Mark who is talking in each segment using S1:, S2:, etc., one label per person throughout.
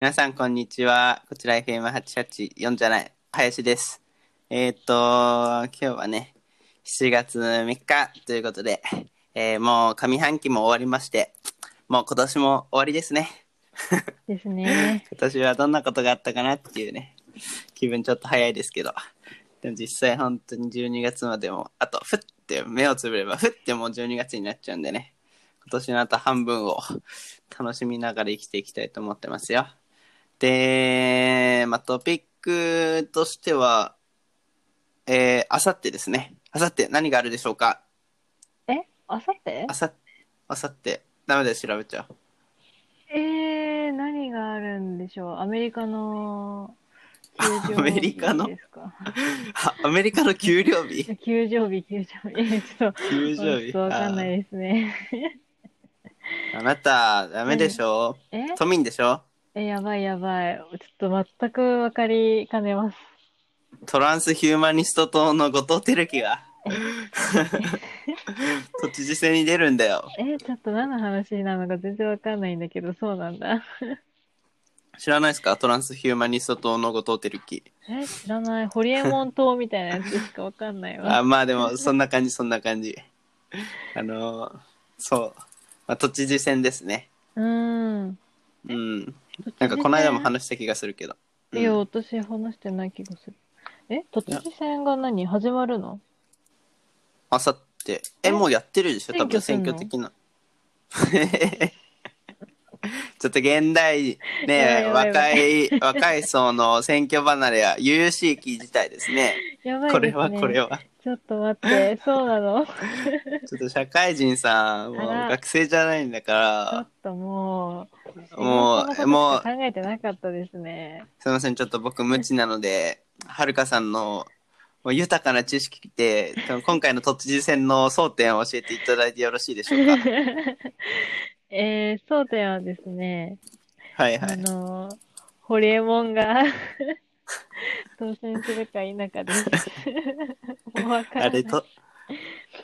S1: 皆さん、こんにちは。こちら FM884 じゃない、林です。えーっ、と、今日はね、7月3日ということで、えーもう上半期も終わりまして、もう今年も終わりですね。
S2: ですね。
S1: 今年はどんなことがあったかなっていうね、気分ちょっと早いですけど、でも実際本当に12月までも、あと、ふって目をつぶれば、ふってもう12月になっちゃうんでね、今年のあと半分を楽しみながら生きていきたいと思ってますよ。で、まあ、トピックとしては、えー、あさってですね。あさって何があるでしょうか
S2: え、あさって
S1: あさって、あさって、ダメで調べちゃおう。
S2: えー、何があるんでしょう。アメリカの 休場日
S1: アメリカの
S2: ですか。
S1: あアメリカの給料日
S2: 休場日、 休場日。えちょっと、
S1: 給
S2: ち
S1: 料
S2: ょっ
S1: 日
S2: とわかんないですね。
S1: あなた、ダメでしょ、
S2: え
S1: 都民でしょ
S2: え、やばいやばい。ちょっと全くわかりかねます。
S1: トランスヒューマニスト党の後藤輝樹が都知事選に出るんだよ。
S2: え、ちょっと何の話なのか全然わかんないんだけど、そうなんだ。
S1: 知らないですかトランスヒューマニスト党の後藤輝樹。
S2: え、知らない。ホリエモン島みたいなやつしかわかんない
S1: あ
S2: わ。
S1: まあでもそんな感じそんな感じあのーそう、まあ、都知事選ですね
S2: うーん。
S1: うんなんかこの間も話した気がするけど、うん
S2: いや、私話してない気がする。え、都知事選が何始まるの
S1: あさってえ
S2: え
S1: もうやってるでしょ多分選
S2: 選
S1: 挙
S2: 挙
S1: 的な ちょっと現代
S2: やば
S1: ね
S2: いやばい
S1: 若い若い層の選挙離れは由々しい事態ですね
S2: やばいですね。
S1: これはこれは
S2: ちょっと 待って、そうなのち
S1: ちょっと社会人さんもう
S2: あら
S1: 学生じゃないんだ
S2: ょ
S1: か
S2: っともう、
S1: もう
S2: 仕事のことしか考えてなかったですね。
S1: らすいませんちょっと僕無知なのではるかさんのもう豊かな知識で多分今回の都知事選の争点を教えていただいてよろしいでしょ うか
S2: えー、争点はですね、
S1: はいは
S2: あ
S1: い
S2: の、ホリエモンが 当選するか否 かです。もうわから
S1: あ
S2: ない
S1: れ。と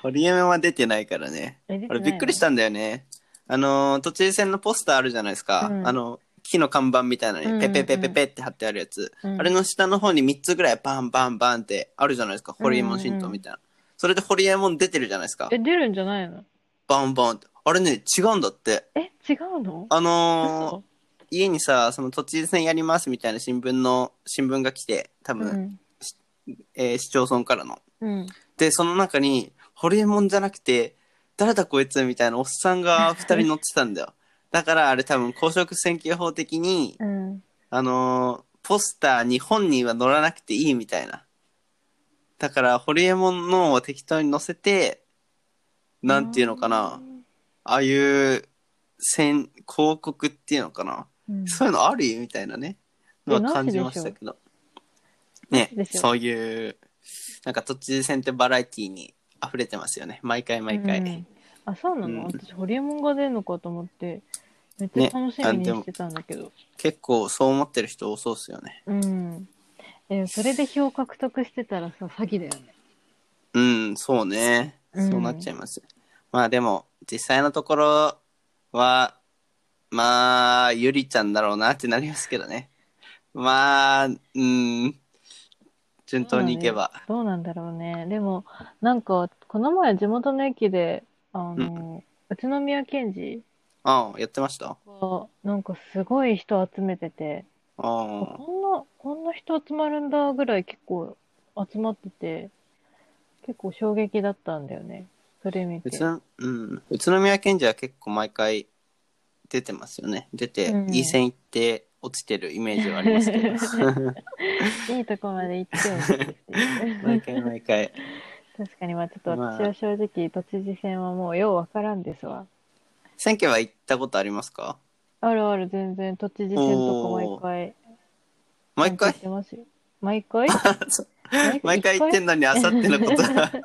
S1: 堀江は出てないからね
S2: え出て
S1: あ
S2: な
S1: れ
S2: いの
S1: びっくりしたんだよねあの都知事選のポスターあるじゃないですか、
S2: うん
S1: あの木の看板みたいなの
S2: うんう
S1: に
S2: ん
S1: ペペペペペって貼ってあるやつ、
S2: うん
S1: あれの下の方に3つぐらいバンバンバンってあるじゃないですかホリエモン神道みたいな、それでホリエモン出てるじゃないですか
S2: え、出るんじゃないの
S1: バンバンってあれね違うんだって
S2: え、違うの
S1: あのー
S2: 嘘
S1: 家にさその都知事選やりますみたいな新聞の新聞が来て多
S2: う
S1: 分、
S2: ん。
S1: えー市町村からの
S2: うん。
S1: でその中にホリエモンじゃなくて誰だこいつみたいなおっさんが2人乗ってたんだよだからあれ多分公職選挙法的に
S2: うん。
S1: あのーポスターに本人は乗らなくていいみたいなだからホリエモンのを適当に乗せてなんていうのかなああいう宣広告っていうのかな
S2: うん。
S1: そういうのあるみたいなね、
S2: え
S1: のは感じましたけど。ね
S2: で、しょ
S1: そういう、なんか都知事選ってバラエティーに溢れてますよね。毎回毎回。
S2: うんあ、そうなの、
S1: うん
S2: 私、ホリエモンが出るのかと思って、めっちゃ楽しみにしてたんだけど。
S1: 結構そう思ってる人多そうっすよね。
S2: うん。えーそれで票獲得してたらさ、詐欺だよね。
S1: うん、そうね。
S2: うん
S1: そうなっちゃいます。まあでも、実際のところは、まあ、ゆりちゃんだろうなってなりますけどね。まあ、うん、順当にいけば。
S2: どうなんだろうね。でも、なんか、この前地元の駅で、あの、宇都宮健児
S1: ああ、やってました
S2: が、なんかすごい人集めてて、
S1: ああ。
S2: こんな、こんな人集まるんだぐらい結構集まってて、結構衝撃だったんだよね。それ見
S1: 宇
S2: て。
S1: 都,、うん、宇都宮賢治は結構毎回出てますよね出て、
S2: うん
S1: いい線行って落ちてるイメージはありますけ ど
S2: いいとこまで行ってほしいっていう。
S1: 毎回毎回
S2: 確かにまあちょっと
S1: まあ
S2: 私は正直都知事選はもうようわからんですわ。
S1: 選挙は行ったことありますか
S2: あるある全然都知事選とか毎回。
S1: 毎
S2: やっ
S1: 回
S2: てますよ 毎回
S1: 毎回行って
S2: ん
S1: んのにあさってのことは 本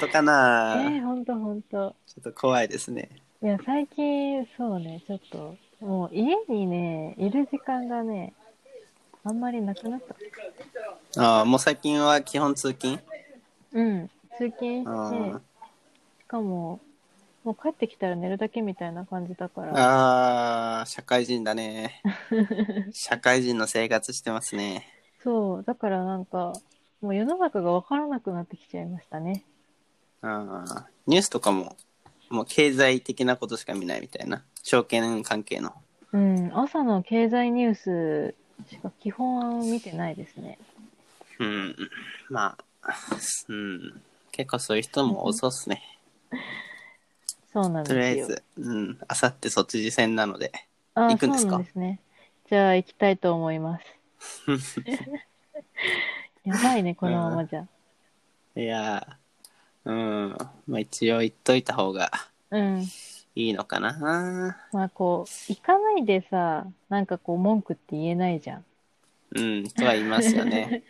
S1: 当か
S2: え
S1: な、
S2: ー、ほんとほんと。
S1: ちょっと怖いですね
S2: いや最近そうねちょっともう家にねいる時間がねあんまりなくなった。
S1: ああもう最近は基本通勤
S2: うん通勤
S1: あ
S2: してしかももう帰ってきたら寝るだけみたいな感じだから。
S1: あああ、社会人だ ね。社会人の生活してますね。
S2: そう、だからなんか、もう世の中が分からなくなってきちゃいましたね。
S1: ああ、ニュースとかも、もう経済的なことしか見ないみたいな。証券関係の。
S2: うん、朝の経済ニュースしか基本見てないですね。
S1: うん。まあ、うん。結構そういう人も多そうっすね。
S2: そうなんで
S1: と
S2: すよ。
S1: りあえず、うん。あさって卒次戦なので。
S2: あ
S1: 行くんですか
S2: そうなんですね。じゃあ行きたいと思います。 やばいね、このままじゃ。
S1: いやー、うん。まあ一応言っといた方が
S2: うん。
S1: いいのかな。
S2: まあこう、行かないでさ、なんかこう文句って言えないじゃん。
S1: うん。とは言いますよ ね。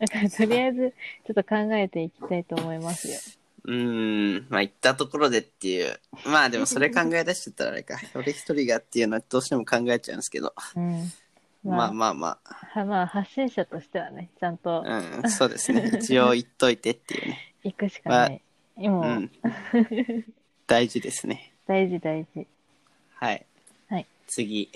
S2: だからとりあえず、ちょっと考えていきたいと思いますよ。
S1: うん。まあ言ったところでっていう。まあでもそれ考え出してたらあれか。俺一人がっていうのはどうしても考えちゃうんですけど。
S2: うん。
S1: ま
S2: ま
S1: あ
S2: あ、
S1: まあま
S2: はまあ、発信者としてはね、ちゃんと
S1: あ。うん。そうですね。一応言っといてっていう ね。
S2: 行くしかない。今、
S1: う。
S2: うん
S1: 大事ですね。
S2: 大事大事。
S1: はい。
S2: はい
S1: 次。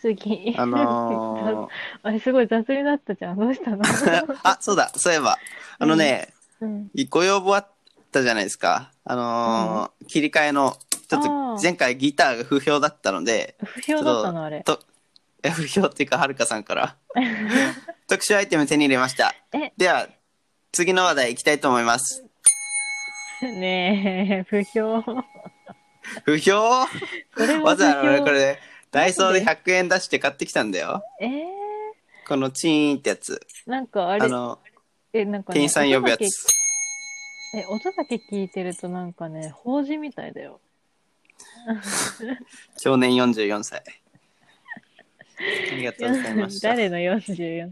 S2: 次。
S1: あ の
S2: あれすごい雑になったじゃん。どうした の
S1: ー、あ、そうだ、そういえば、あのね、
S2: うん。
S1: ご要望あったじゃないですか。あのー切り替えの、ちょっと
S2: あー
S1: 前回ギターが不評だったので、
S2: 不評だったのあれ。
S1: と え不評っていうか、はるかさん から、特殊アイテム手に入れました。
S2: え、
S1: では、次の話題いきたいと思います。
S2: ねえ、 不評。
S1: 不評
S2: それは
S1: わ
S2: 不
S1: ざわざ俺
S2: 評
S1: これ、ダイソーで100円出して買ってきたんだよ。
S2: えー、
S1: このチーンってやつ。
S2: なんかあ
S1: あ
S2: れ、
S1: の、
S2: え、なんか、ね、
S1: 店員さん呼ぶや
S2: 音だ
S1: つ。
S2: けえ、音だけ聞いてるとなんかね、法事みたいだよ。
S1: 少年44歳。ありがとうございました。
S2: 誰の44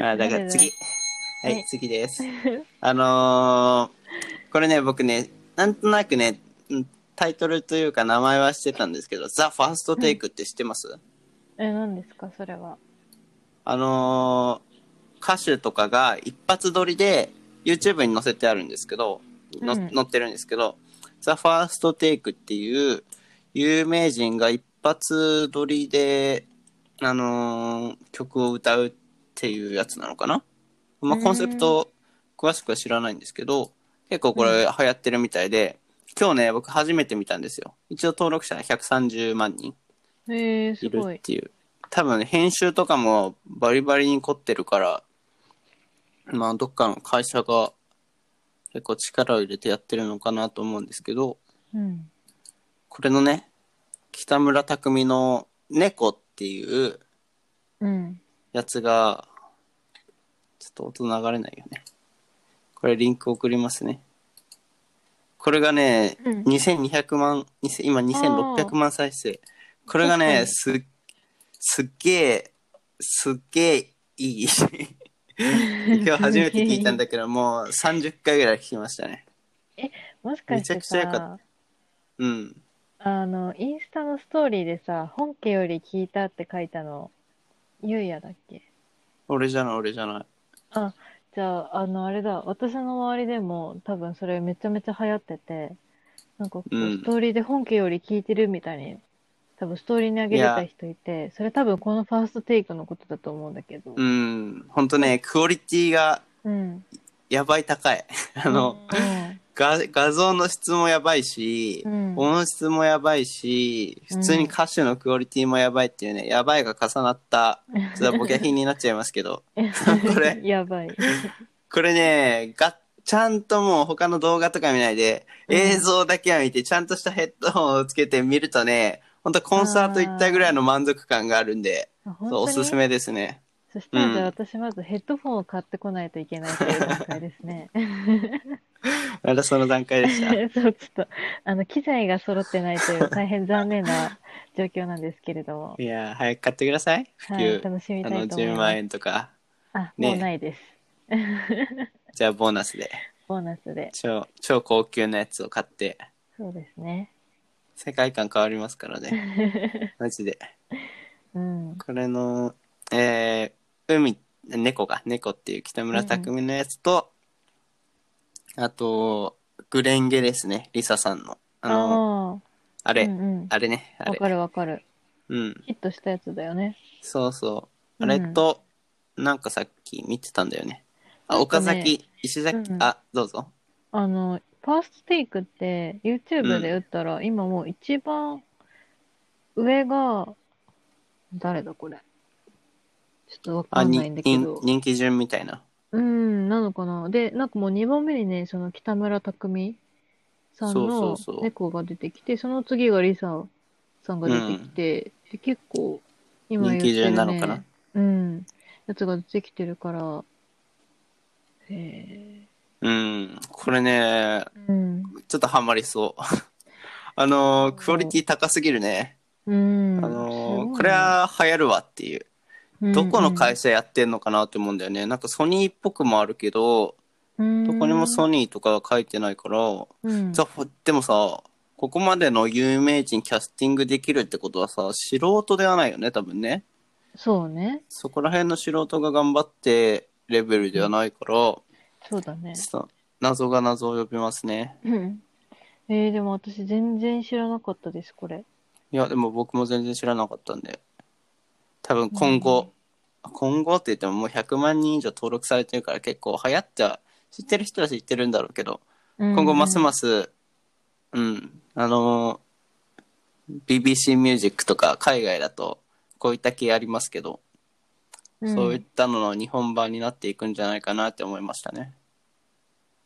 S1: あだから
S2: 誰だ
S1: 次。は
S2: はいい、
S1: 次です。あのーこれね、僕ね、なんとなくね、うんタイトルというか名前はしてたんですけど、ザ・ファーストテイクって知ってます、
S2: え、何ですか、それは。
S1: あのー歌手とかが一発撮りで YouTube に載せてあるんですけど、の
S2: うん
S1: 載ってるんですけど、ザ・ファーストテイクっていう有名人が一発撮りで、あのー曲を歌うっていうやつなのかな、まあ、
S2: うん
S1: コンセプト詳しくは知らないんですけど、結構これ流行ってるみたいで、今日ね、僕初めて見たんですよ。一応登録者130万人。
S2: えー、す
S1: い
S2: ご
S1: るっ
S2: い。
S1: ていう多分編集とかもバリバリに凝ってるからまあどっかの会社が結構力を入れてやってるのかなと思うんですけど
S2: うん。
S1: これのね北村匠海の「猫」っていう
S2: うん。
S1: やつがちょっと音流れないよねこれリンク送りますねこれがね、
S2: うん
S1: 2200万2000今2600万再生これが
S2: 確か
S1: ね
S2: に
S1: すすっげえすっげえ いい今日初めて聞いたんだけどもう30回ぐらい聞きましたね
S2: もしかして
S1: めちゃくちゃ良か
S2: さ、
S1: うん
S2: あの、インスタのストーリーでさ、本家より聞いたって書いたの、ゆうやだっけ
S1: 俺じゃない俺じゃない
S2: じゃあ、あの、あれだ、私の周りでも多分それめちゃめちゃ流行ってて、なんかこう、
S1: うん
S2: ストーリーで本家より聞いてるみたいに、多分ストーリーに上げてた人いて、それ多分このファーストテイクのことだと思うんだけど。
S1: うんほんとねクオリティが
S2: うん。
S1: やばい高い あの、画画像の質もやばいし、
S2: うん
S1: 音質もやばいし普通に歌手のクオリティもやばいっていうね、やばいが重な ったそれはボキャ品になっちゃいますけど
S2: うん、
S1: これ
S2: やばい。
S1: これねがちゃんともう他の動画とか見ないで
S2: うん
S1: 映像だけは見てちゃんとしたヘッドホンをつけて見るとねほんとコンサート行ったぐらいの満足感があるんで
S2: あ本
S1: そうお
S2: 当
S1: す
S2: に
S1: すめですね
S2: そしたらじゃあ
S1: うん
S2: 私まずヘッドフォンを買ってこないといけないという段階です ね。
S1: またその段階で した
S2: そう、ちょっと、あの、機材が揃ってないという大変残念な状況なんですけれども、
S1: いやー早く買ってください普
S2: はい、
S1: 及、
S2: 楽しみ
S1: あ
S2: た
S1: の
S2: いと思い
S1: 10
S2: ま
S1: 万
S2: す。
S1: 円とか
S2: あ、
S1: ね
S2: もうないです。
S1: じゃあボーナスで
S2: ボーナスで。
S1: 超超高級なやつを買って
S2: そうですね。
S1: 世界観変わりますからねマジで
S2: うん。
S1: これのえー、海猫が猫っていう北村匠海のやつと、あとグレンゲですねリサさんのあの
S2: あ
S1: あれ、
S2: うんうん。
S1: あれね、あ
S2: わ
S1: れ
S2: か。るわかる。
S1: うん。
S2: ヒットしたやつだよね。
S1: そうそう。あ
S2: うん
S1: れと、なんかさっき見てたんだよね。あ、
S2: なんか
S1: 岡
S2: ね
S1: 崎、石崎、
S2: うんうん
S1: あ、どうぞ。
S2: あの、ファーストテイクって YouTube で打ったら、今もう一番上が、誰だこれ。ちょっとわ
S1: あ、
S2: かん
S1: に
S2: ないんだけ
S1: 人
S2: ど。
S1: 人気順みたいな。
S2: うん、なのかな。で、なんかもう2番目にね、その北村匠海さん
S1: そう
S2: の
S1: そうそう
S2: 猫が出てきて、その次がリサさんが出てきて、で結構、今言って
S1: 人
S2: る
S1: 気順なのかな
S2: ね、うん、やつが出てきてるから、え
S1: うん。これね、
S2: ー、うん、
S1: ちょっとハマりそう。 あのークオリティ高すぎるね。
S2: うん、
S1: あ
S2: すごい
S1: のー
S2: ね
S1: これ、は流行るわっていう。どこの会
S2: 社、
S1: 社やってんのかなって思うんだよね。なんかソニーっぽくもあるけど、
S2: うん
S1: どこにもソニーとかは書いてないから、
S2: うん、
S1: じゃあでもさ、ここまでの有名人キャスティングできるってことはさ、素人ではないよね、多分ね。
S2: そうね、
S1: そこら辺の素人が頑張ってレベルではないから、
S2: そうだね。
S1: ちょっと謎が謎を呼びますね。
S2: うんえー、でも私全然知らなかったです、これ。
S1: いや、でも僕も全然知らなかったんで、多分今後、今後って言ってももう100万人以上登録されてるから結構流行っちゃ、知ってる人は知ってるんだろうけど、
S2: 今、
S1: 今後ますますす、うん、あのー BBC ミュージックとか海外だとこういった系ありますけど、
S2: ん
S1: そういったのの日本版になっていくんじゃないかなって思いましたね。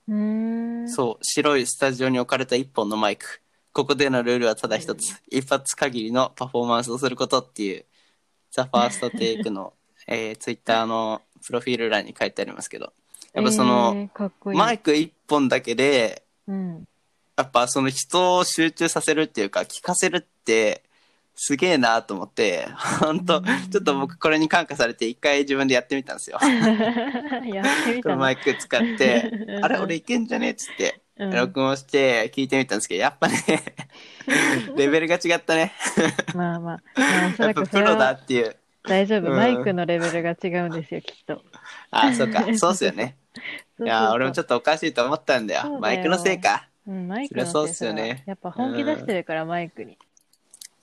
S2: うーん。
S1: そう、白いスタジオに置かれた一本のマイク。ここでのルールはただ一つ。一発限りのパフォーマンスをすることっていう、ザ・ファーストテイクの、 えー、ツイッターのプロフィール欄に書いてありますけど、やっぱその、
S2: えーかっこいい。
S1: マイク一本だけで、
S2: うん。
S1: やっぱその人を集中させるっていうか、聞かせるって、すげえなと思って、ほんと、ちょっと僕これに感化されて一回自分でやってみたんですよ。
S2: やってみた
S1: マ
S2: な。
S1: イク使って、 あれ俺いけんじゃねっつって。
S2: うん、
S1: 録音して聞いてみたんですけど、やっぱね、 レベルが違ったね。
S2: まあまあ、まあ、お そ
S1: や
S2: ら
S1: っぱ
S2: く
S1: プ
S2: それ
S1: ロだ
S2: は
S1: っていう。
S2: 大丈夫、
S1: うん
S2: マイクのレベルが違うんですよ、きっと。
S1: あ、そうか、 そうっすよね。いや、俺もち
S2: ょっ
S1: ょっとおかしいと思ったんだよ。
S2: そうだよ
S1: マイクのせいか。
S2: と、うん、マイクの
S1: そりゃそうっすよね
S2: やっぱ本気出してるから、マイクに。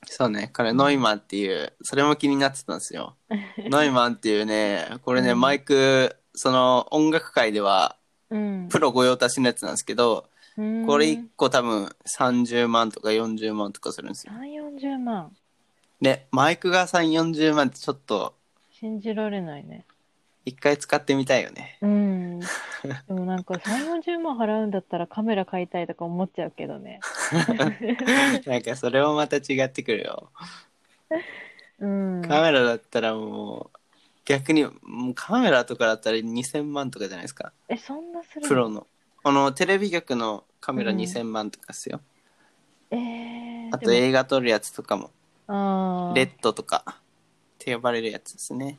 S1: そうね、これノイマンっていう、それも気になってたんですよ。ノイマンっていうね、これね、
S2: うん
S1: マイク、その音楽界では
S2: うん。
S1: プロ御用達のやつなんですけど、
S2: うん
S1: これ1個多分30万とか40万とかするんですよ。
S2: 3、40万。
S1: ね、マイクが3、40万ってちょっと、
S2: 信じられないね。
S1: 一回使ってみたいよね。
S2: うん。 でもなんか3、40万払うんだったらカメラ買いたいとか思っちゃうけどね。
S1: なんかそれもまた違ってくるよ。
S2: うん。
S1: カメラだったらもう逆にもうカメラとかだったら2000万とかじゃないですか
S2: え、そんなするの
S1: プロのこのテレビ局のカメラ
S2: うん
S1: 2000万とかですよ、
S2: えー、
S1: あと
S2: でも
S1: 映画撮るやつとかも
S2: あ
S1: レッ
S2: ー
S1: ドとかって呼ばれるやつですね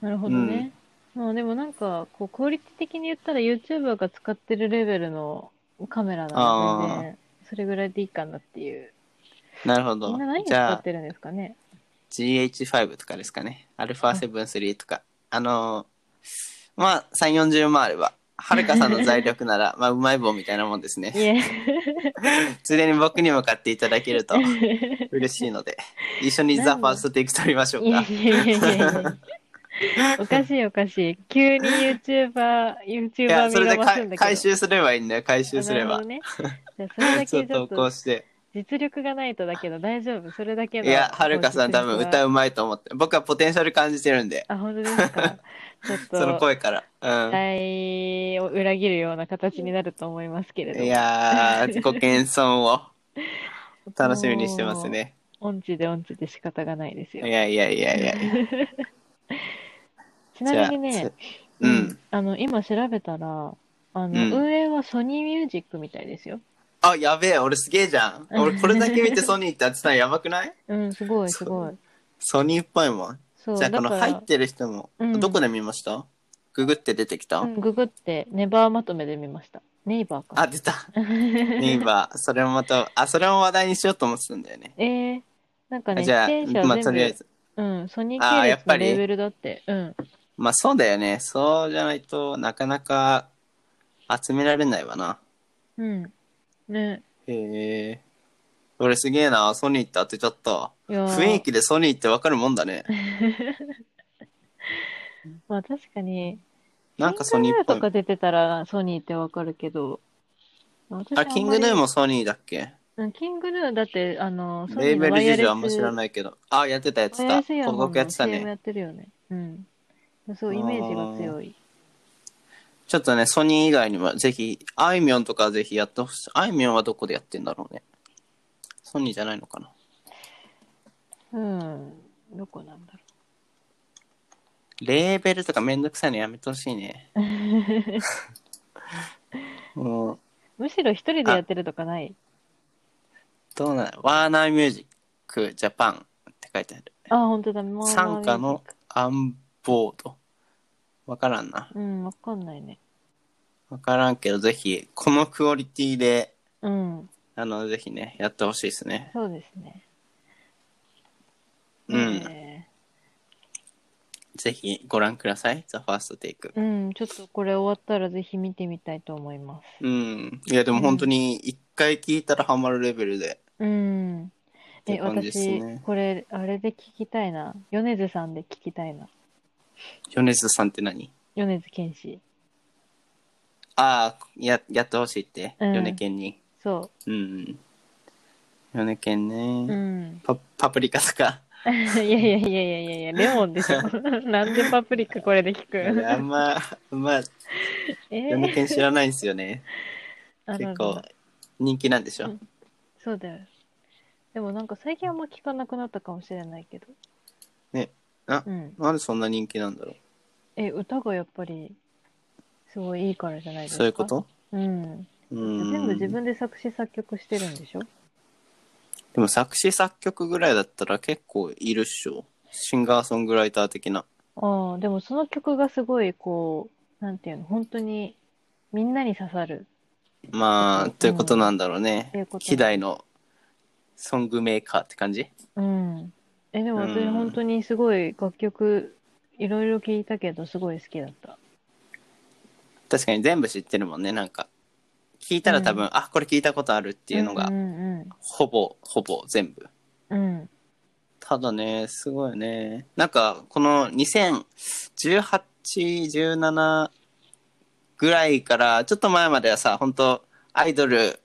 S2: なるほどね。まあでもなんか、こう、クオリティ的に言ったら YouTuber が使ってるレベルのカメラなので、全然それぐらいでいいかなっていう。
S1: なるほ
S2: み
S1: ど
S2: んな何を
S1: じ
S2: 使
S1: ゃ
S2: っ
S1: あ
S2: てるんですかね。
S1: GH5 とかですかね α73 とかあのーまあ340万あればはるかさんの財力ならまあうまい棒みたいなもんです
S2: い
S1: ね
S2: え、
S1: ついでに僕にも買っていただけ ると嬉しいので一緒に「ザ・ファーストテイク撮りましょう
S2: いや
S1: か
S2: いやいやいやいや。おかしいおかしい。急に YouTuber、
S1: いや、
S2: YouTuber
S1: そ
S2: 味
S1: れで
S2: が増
S1: か
S2: すんだけど。
S1: 回収すればいいんだよ、回収すれ
S2: あ
S1: ば。
S2: なるほどね。じゃあそ れだ
S1: そう
S2: けちょ
S1: 投
S2: っと
S1: 稿して。
S2: 実力がないとだけど大丈夫。それだけ
S1: い
S2: の。
S1: や、はるかさん多分歌
S2: う。
S1: うまいと思って。僕はポテンシャル感じてるんで、
S2: あ、本 当ですか。ちょっと。
S1: その声から。うん。
S2: 期待を裏切るような形になると思いますけれども
S1: いやー、ご謙遜を楽しみにしてますね。
S2: 音痴で音痴で仕方がないです
S1: い
S2: よ。
S1: やいやいやいや。
S2: ちなみにね、
S1: う
S2: うん
S1: ん。
S2: あの今調べたら、あの
S1: うん
S2: 運営はソニーミュージックみたいですよ。
S1: あ、やべえ、俺すげえじゃん。俺これだけ見てソニーってやってたらやばくない
S2: うん、すごいすごい。
S1: ソニーっぽいもん。
S2: そう、
S1: じゃあ
S2: だ
S1: この
S2: か
S1: 入ってる人も、
S2: うん
S1: どこで見ましたググって出てきた、
S2: ら、うん、ググってネバーまとめで見ました。ネイバーか。
S1: あ、出 た。ネイバー、それもまた、あ、それも話題にしようと思ってたんだよね。
S2: えー、なんかね、
S1: じゃ
S2: 自転車
S1: あ、
S2: は
S1: まあ、
S2: 全
S1: と
S2: 部、
S1: りあえず。
S2: うん、ソニー
S1: あー
S2: 系
S1: やっ
S2: 列
S1: ぱ
S2: の
S1: り
S2: レーベルだって、うん、
S1: まあ、そうだよね。そうじゃないとなかなか集められないわな。
S2: うん、ね、
S1: へえ。俺すげえな、ソニーって当てちゃった。
S2: いやー
S1: 雰囲気でソニーってわかるもんだね。
S2: まあ確かに、
S1: なんかソニーっぽ
S2: キ
S1: い。
S2: ングヌーとか出てたらソニーってわかるけど、私
S1: あ、キングヌー
S2: も。
S1: もソニーだっけ
S2: うんキングヌーだって、あの、ソニ
S1: レ
S2: ー
S1: ーベ
S2: のワ
S1: ル
S2: イヤ
S1: 事
S2: レス
S1: 情あんま知らないけど。あ、やってたやって
S2: ワイヤ
S1: た。
S2: レスイヤ
S1: 広
S2: ホン
S1: 告
S2: の
S1: やってた
S2: CM や
S1: ね。
S2: ってるよね。うん。そう、イメージが強い。
S1: ちょっとね、ソニー以外にもぜひ、あいみょんとかぜひやってほしい。あいみょんはどこでやってんだろうね。ソニーじゃないのかな。
S2: うん。どこなんだろ
S1: レーベルとかめんどくさいのやめてほしいね。もう、
S2: う。むしろ一人でやってるとかない。
S1: どうなのワーナーミュージックジャパンって書いてある。
S2: あ、本当だ。もう
S1: 傘下のアンボード。わからんな。
S2: うん、わかんないね。
S1: わからんけど、ぜひ、このクオリティで、
S2: うん。
S1: あの、ぜひね、やってほしいですね。
S2: そうですね。
S1: うん
S2: ね
S1: ぜひご覧ください。ザ・ファースト・テイク
S2: え。うん、ちょっとこれ終わったらぜひ見てみたいと思います。
S1: うん。いや、でも本当に、一回聞いたらハマるレベルで。
S2: うん。
S1: って
S2: え、
S1: 感じっす
S2: 私
S1: ね、
S2: これ、あれで聞きたいな。米津さんで聞きたいな。
S1: 米津さんって何
S2: 米津玄師。
S1: ああ、や、やってほしいって。
S2: うん
S1: 米県に。
S2: そ
S1: うん。米県
S2: う。う
S1: ね。
S2: ん。
S1: パ、パプリカとか。
S2: いやいやいやいやいや いや、レモンでしょ。 なんでパプリカこれで聞く
S1: あんま、まあ、
S2: え
S1: 米
S2: ー、
S1: 県知らないんですよね。
S2: あ
S1: 結
S2: の
S1: 構、人気なんでしょ。
S2: そうだよ。でもなんか最近あんま聞かなくなったかもしれないけど。
S1: ね。あ
S2: うん。
S1: なんでそんな人気なんだろ。
S2: え、歌がやっぱり、すごいいいからじゃないうですか。
S1: そういうこと
S2: うん。
S1: うん。
S2: 全部自分で作詞作曲してるんでしょ
S1: でも作詞作曲ぐらいだったら結構いるっしょ。シンガーソングライター的な。
S2: ああ、でもその曲がすごい、こう、なんていうの、本当に、みんなに刺さる
S1: ま
S2: う
S1: あ、
S2: ん
S1: ということなんだろうね
S2: というこ。と
S1: 希代のソングメーカーって感じ
S2: うん。え、でも私
S1: うん
S2: 本当にすごい楽曲いろいろ聞いたけどすごい好きだった。
S1: 確かに全部知ってるもんね、なんか。聞いたら多分、
S2: う
S1: あ、これ聞いたことあるっていうのが
S2: う、ん
S1: ほぼ、ほぼ全部。
S2: うんうん。
S1: ただね、すごいね。なんか、この2018、17ぐらいから、ちょっと前まではさ、本当アイドル、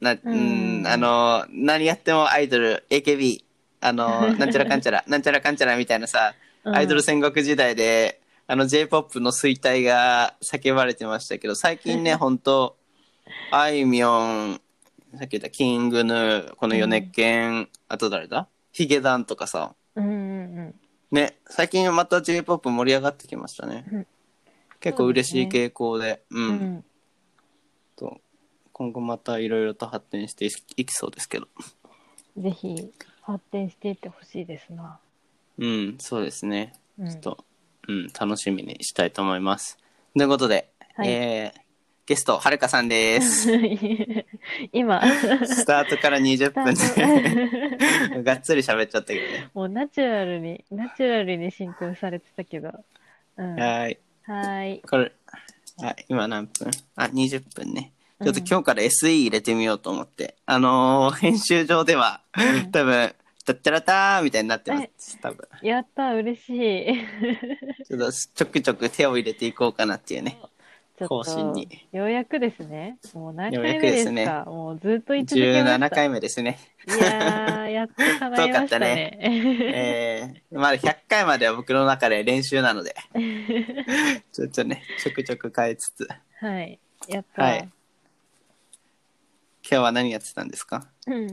S1: な、う
S2: うん
S1: ん、あの、何やってもアイドル、AKB、あ の、なんちゃらかんちゃら、なんちゃらかんちゃらみたいなさ、
S2: うん。
S1: アイドル戦国時代で、あの J-POP の衰退が叫ばれてましたけど、最近 ね、本当あいみょん、さっき言ったキングヌー、この米健、あと誰だヒゲダンとかさ、
S2: うんうんうん。
S1: ね、最近また J-POP 盛り上がってきましたね。
S2: うん
S1: 結構嬉しい傾向で、う、
S2: うんん。
S1: と今後またいろいろと発展していきそうですけど。
S2: ぜひ発展していってほしいですな。
S1: うん、そうですね。
S2: うん
S1: ちょっと、うん、楽しみにしたいと思います。ということで、
S2: はい
S1: えーゲスト、はるかさん です。
S2: 今、
S1: スタートから20分で、 がっつり喋っちゃったけどね。
S2: もうナチュラルに、ナチュラルに進行されてたけど。うん。は
S1: はい。
S2: ーい。
S1: これ、あ、今何分あ、20分ね。ちょっと
S2: うん
S1: 今日から SE 入れてみようと思って。あのー編集上では、
S2: うん
S1: 多分、タッタラターみたいになってます。多分。
S2: やったー、嬉しい。
S1: ちょっと、ちょくちょく手を入れていこうかなっていうね。
S2: ちょっと
S1: 更新に。
S2: ようやくですね。もう何回
S1: よ
S2: 目
S1: うやく
S2: で
S1: ですす
S2: か
S1: ね
S2: もうずっと言い続けました。
S1: 17回目ですね。
S2: いやー、やっと 叶いましたね。
S1: えー、まだ100回までは僕の中で練習なので、 ちょっとね、ちょくちょく変えつつ、今
S2: はい。やった、
S1: はい日は何やってたんですか
S2: うん。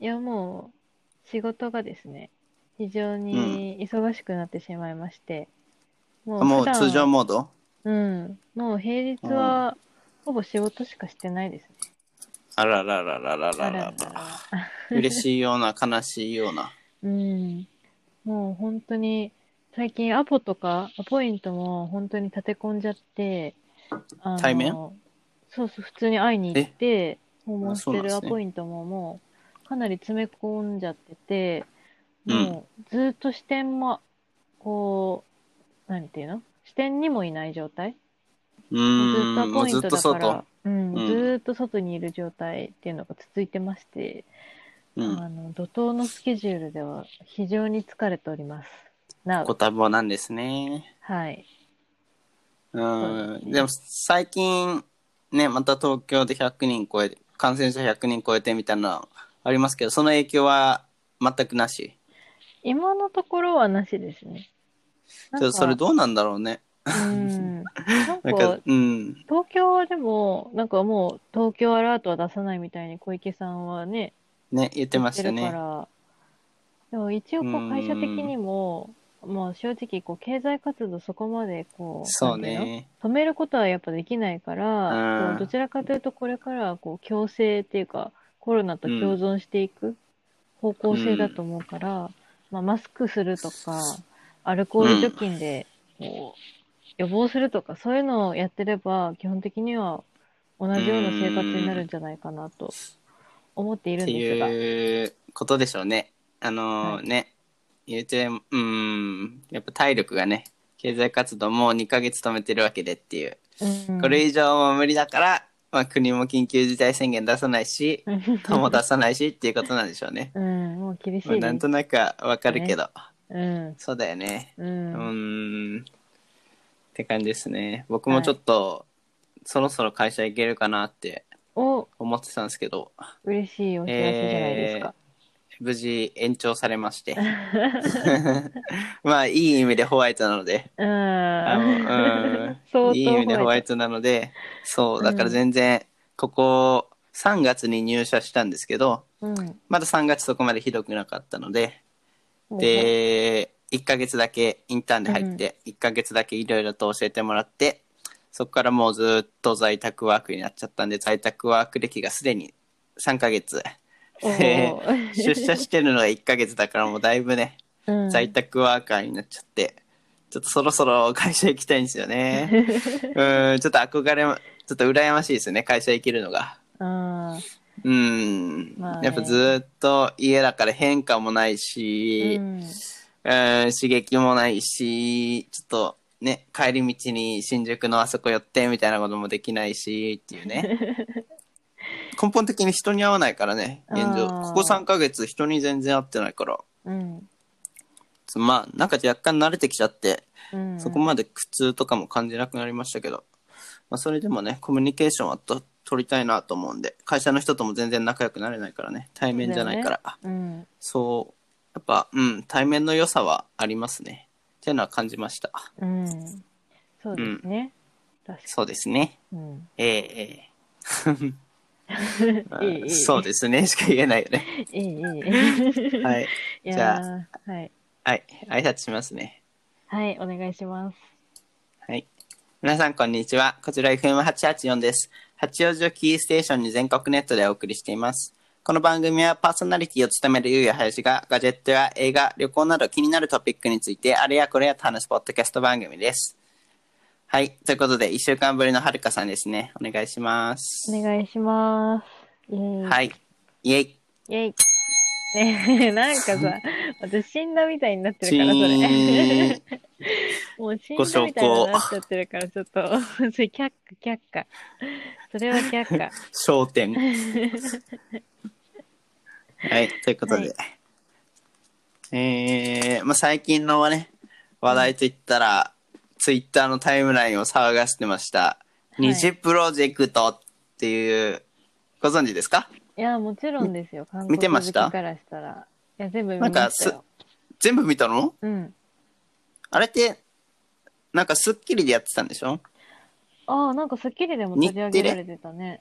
S2: いや、もう、仕事がですね、非常に忙しくなってしまいまして、も
S1: あも
S2: 普
S1: う
S2: 段
S1: 通常モード
S2: うん。もう平日は、ほぼ仕事しかしてないですね。
S1: あららららららら
S2: あ
S1: ら
S2: ららら。
S1: 嬉しいような、悲しいよ うな。
S2: うん。もう本当に、最近アポとかアポイントも本当に立て込んじゃって、あの
S1: 対面
S2: そうそう、普通に会いに行って、訪問して
S1: あそうなんで
S2: る
S1: す
S2: ア
S1: ね
S2: ポイントももう、かなり詰め込んじゃってて、
S1: うん
S2: もうずっと視点も、こう、何て言うの視点にもいない状態
S1: う
S2: ず
S1: ー
S2: っとア
S1: ん、も
S2: ポ
S1: う
S2: イ
S1: ず
S2: ン
S1: っ
S2: ト
S1: と
S2: だから
S1: 外。、
S2: うん、
S1: うん
S2: ずっと外にいる状態っていうのが続いてまして、
S1: うん。
S2: あの怒涛のスケジュールでは非常に疲れております。な
S1: ご多忙なんですね。
S2: はい。
S1: うん。
S2: そうですね
S1: でも最近、ね、また東京で100人超えて、感染者100人超えてみたいなのはありますけど、その影響は全くなし。
S2: 今のところはなしですね。
S1: ちょ
S2: な
S1: っと
S2: んか
S1: それどうなんだろうね。
S2: うん。なん
S1: なんか
S2: か、
S1: うん。
S2: 東京はでも、なんかもう東京アラートは出さないみたいに小池さんはね、
S1: ね、言って
S2: 言
S1: ま
S2: っ
S1: してた
S2: るか
S1: ね。
S2: ら、でも一応こ
S1: うん
S2: う会社的にも、もう正直こう経済活動そこまでこう、
S1: そう
S2: なんていう
S1: ね。
S2: の止めることはやっぱできないから、
S1: うん
S2: こうどちらかというとこれからはこう共生っていうか、コロナと共存していく方向性だと思うから、まあ、マスクするとか、アルコール除菌でこう予防するとか、そういうのをやってれば、基本的には同じような生活になるんじゃないかなと思っている
S1: っ
S2: ん
S1: て
S2: ですが。
S1: いうことでしょうね。あのー
S2: はい
S1: ね、言うて、うん、やっぱ体力がね、経済活動もう2ヶ月止めてるわけでっていう。
S2: うん。
S1: これ以上は無理だから、まあ、国も緊急事態宣言出さないし、都も出さないしっていうことなんでしょうね
S2: うん、もう厳しい
S1: まあ、
S2: ね。
S1: なんとなくはわかるけど、
S2: うん、
S1: そうだよね。
S2: う、
S1: うんん、って感じですね。僕もちょっと、そろそろ会社行けるかなって
S2: お、
S1: 思ってたんですけど、
S2: 嬉しいお知らせじゃないですか。
S1: 無事延長されまして まあいい意味でホワイトなの で
S2: うん、
S1: あのうん
S2: 相当
S1: いい意味でホワイ
S2: ト。
S1: トなのでそうだから
S2: うん
S1: 全然ここ3月に入社したんですけど
S2: うん
S1: まだ3月そこまでひどくなかったので、
S2: もう
S1: で1ヶ月だけインターンで入って1ヶ月だけいろいろと教えてもらってそこからもうずっと在宅ワークになっちゃったんで在宅ワーク歴がすでに3ヶ月
S2: お
S1: 出社してるのが1ヶ月だからもうだいぶね
S2: うん
S1: 在宅ワーカーになっちゃって、ちょっとそろそろ会社行きたいんですよね うんちょっと憧れまちょっと羨ましいですね会社行けるのが
S2: あ
S1: うん、
S2: まあね
S1: やっぱずっと家だから変化もない
S2: ー
S1: し、
S2: うん
S1: うん、刺激もないし、ちょっとね、帰り道に新宿のあそこ寄ってみたいなこともできないしっていうね。 根本的に人に会わないからね、現状。
S2: あー
S1: ここ3ヶ月人に全然会ってないから。
S2: うん
S1: まあ、なんか若干慣れてきちゃって、
S2: うん
S1: そこまで苦痛とかも感じなくなりましたけど、まあ、それでもね、コミュニケーションはと取りたいなと思うんで、会社の人とも全然仲良くなれないからね、対面じゃないから。
S2: うん
S1: そう。やっぱ、うん、対面の良さはありますね。っていうのは感じました。
S2: うんそうですね、確か
S1: そうですね。
S2: に、うん
S1: ええええまあ
S2: いいいい
S1: そうですね。しか言えないよね。
S2: いいいい
S1: はい。
S2: いやー
S1: じゃ
S2: はい
S1: はい。挨拶しますね。
S2: はいお願いします
S1: はい。皆さん、こんにちは。こちら FM884 です。八王子をキーステーションに全国ネットでお送りしています。この番組はパーソナリティを務めるゆうやはやしが、ガジェットや映画、旅行など気になるトピックについて、あれやこれやと話すポッドキャスト番組です。はい。ということで、一週間ぶりのはるかさんですね。お願いします。
S2: お願いしますイェイ
S1: はいい。イェイ。
S2: イェイねえなんかさ私死んだみたいになって
S1: チ
S2: るからそ
S1: ー
S2: れ
S1: ン。
S2: もう死んだみたいになっちゃってるからちょっと それ却下却下それは却 下
S1: 焦 点。はい、ということで。えー、まあ、最近のね、話題といったら、ツイッターのタイムラインを騒がせてました。
S2: い
S1: 二次プロジェクトっていう、ご存知ですか
S2: いや、もちろんですよ。韓国
S1: 見てました
S2: 好きからしたら。いや、全部見ましたよ。
S1: 全部見たの
S2: うん。
S1: あれって、なんか『スッキリ』でやってたんでしょ
S2: ああ、なんかスッキリでも取り上げられてたね。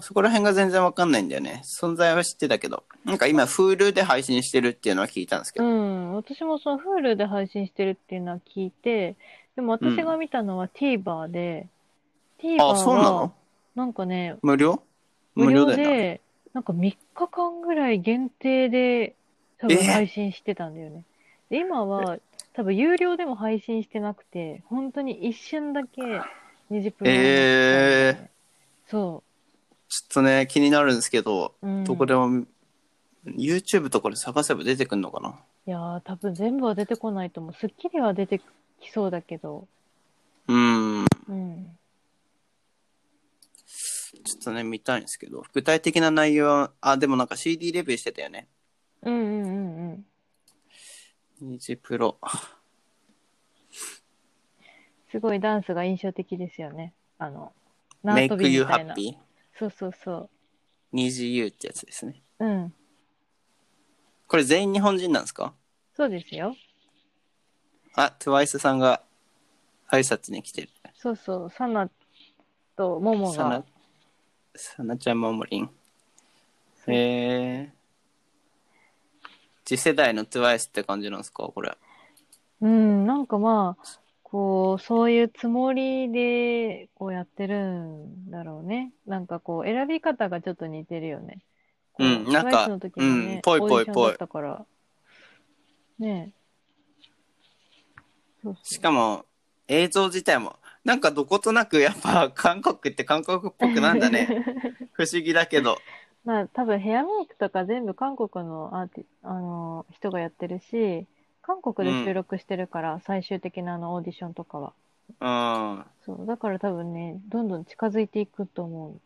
S1: そこら辺が全然わかんないんだよね。存在は知ってたけど。なんか今、Hulu で配信してるっていうのは聞いたんですけ
S2: う
S1: ど。
S2: ん。私もその Hulu で配信してるっていうのは聞いて、でも私が見たのは TVer で、TVer
S1: あ、そうな
S2: は
S1: の
S2: なんかね、
S1: 無料
S2: 無料
S1: だよね
S2: で、なんか3日間ぐらい限定で多分
S1: え
S2: 配信してたんだよね。で今は多分有料でも配信してなくて、本当に一瞬だけ20分ぐらい
S1: えー
S2: えそ
S1: ちょっとね、気になるんですけど、
S2: う。うん、
S1: どこでも、YouTube とかで探せば出てくるのかない
S2: やー、多分全部は出てこないと思う。スッキリは出てきそうだけど。
S1: うーん、
S2: うん。
S1: ちょっとね、見たいんですけど、具体的な内容は、あ、でもなんか CD レビューしてたよね。
S2: うんうんうんうん。
S1: 虹プロ。
S2: すごいダンスが印象的ですよね。あの、
S1: メイ
S2: 縄跳
S1: ク
S2: び
S1: ユー
S2: み
S1: ハ
S2: たい
S1: ッ
S2: な。
S1: ピ
S2: そうそうそ
S1: ー ?20U ってやつですね。
S2: う。うん。
S1: これ全員日本人なんですか
S2: そうですよ。
S1: あ、TWICE さんが挨拶に来てる。
S2: そうそう。サナとモモ
S1: さな
S2: が、、
S1: さなちゃんももりん。へえ。次世代の TWICE って感じなんですかこれ。
S2: うん、なんかまあ、こう、そういうつもりで、こうやってるんだろうね。なんかこう、選び方がちょっと似てるよね。こ
S1: うんなんか
S2: TWICE の時もね
S1: うん、ぽいぽいぽい
S2: オーディションだったから。ねえ。そうそう
S1: しかも、映像自体も、なんかどことなくやっぱ韓国って韓国っぽくなんだ ね。不思議だけど。
S2: まあ多分ヘアメイクとか全部韓国のアーティ、あの人がやってるし、韓国で収録してるから、最終的なあのオーディションとかは。
S1: うん。
S2: そう、だから多分ね、どんどん近づいていくと思うん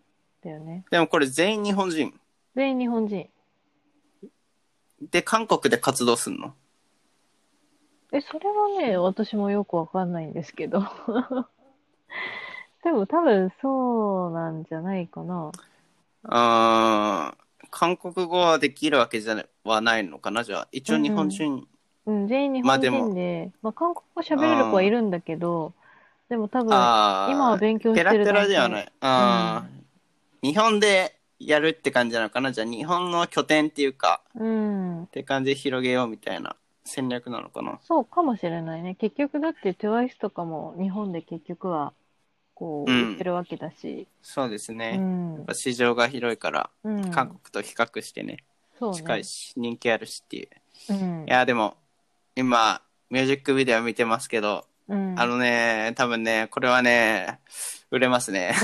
S2: だよね。
S1: でもこれ全員日本人。
S2: 全員日本人。
S1: で、韓国で活動すんの
S2: え、それはね、私もよくわかんないんですけど。 でも多分そうなんじゃないかな。
S1: あー韓国語はできるわけじゃなはないのかなじゃあ一応日本人、
S2: うん、全員日
S1: ま
S2: 本
S1: あでも
S2: 人で、まあ韓国語喋れる子はいるんだけど、でも多分
S1: ああ
S2: 今は勉強し
S1: ペ
S2: て
S1: ラペ
S2: る
S1: ラ
S2: 段
S1: では
S2: 階
S1: ないあー、日本でやるって感じなのかなじゃあ日本の拠点っていうか
S2: うん。
S1: って感じで広げようみたいな戦略なのかな
S2: そうかもしれないね。結局だって TWICE とかも日本で結局はこう
S1: うん
S2: 売ってるわけだし。
S1: そうですね、
S2: う
S1: やっ
S2: ん。
S1: ぱ市場が広いから
S2: うん。
S1: 韓国と比較してね、
S2: そうね。
S1: 近いし人気あるしっていう、
S2: うん
S1: い。やでも今ミュージックビデオ見てますけど
S2: うん。
S1: あのね、多分ね、これはね、売れますね。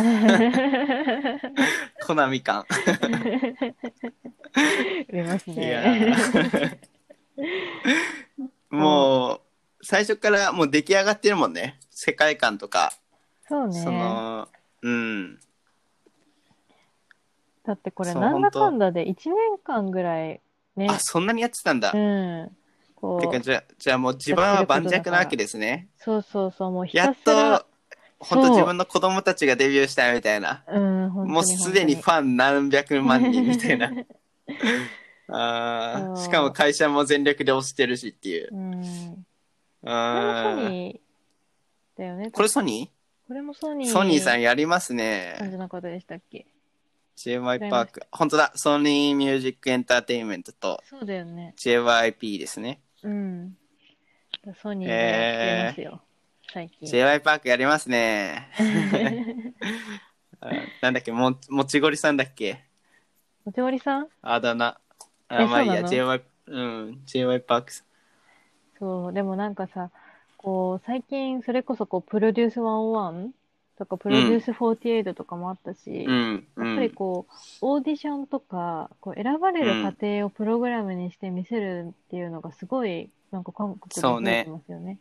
S1: コナミ感。
S2: 売れます
S1: いやー
S2: ね。
S1: もう、最初からもう出来上がってるもんね。世界観とか、
S2: そう
S1: そ
S2: ね。
S1: の、うん。
S2: だってこれ
S1: そう
S2: なんだかんだで1年間ぐらいね。
S1: あ、そんなにやってたんだ。
S2: うん。こ
S1: てか、
S2: う、
S1: じゃあじゃあもう自分は盤石なわけですね。
S2: そうそうそう、もうひ
S1: や
S2: た
S1: っ
S2: すら
S1: と、、本当
S2: そう
S1: 自分の子供たちがデビューしたみたいな。
S2: うん、本当に
S1: もうすでにフ
S2: 本
S1: ァン何百万人み たいな。あー
S2: そう
S1: しかも会社も全力で推してるしっていう
S2: 当。にうん。これも
S1: あ
S2: ソ
S1: ー
S2: ニーだよね。
S1: これソニー
S2: これもソニー。
S1: ソニーさんやります
S2: 感じ
S1: ね。
S2: のことでしたっけ
S1: JYP パーク。本当だ。ソニーミュージックエンターテインメントと
S2: そうだよね。
S1: JYP ですね。
S2: うん。ソニーがやってますよ。最近。
S1: JY パークやります ね。あなんだっけも、もちごりさんだっけ
S2: お手割りさん
S1: あだ名。あ、
S2: え
S1: まあいいや、
S2: そう
S1: JY、うん、JY パークさん。
S2: そう、でもなんかさ、こう、最近、それこそこう、プロデュース101とか、プロデュース48とかもあったし、
S1: うん、う
S2: やっぱり
S1: ん。
S2: こう、オーディションとか、こう選ばれる過程をプログラムにして見せるっていうのがすごい、なんか韓国で
S1: そう
S2: 増
S1: ね
S2: えてますよね。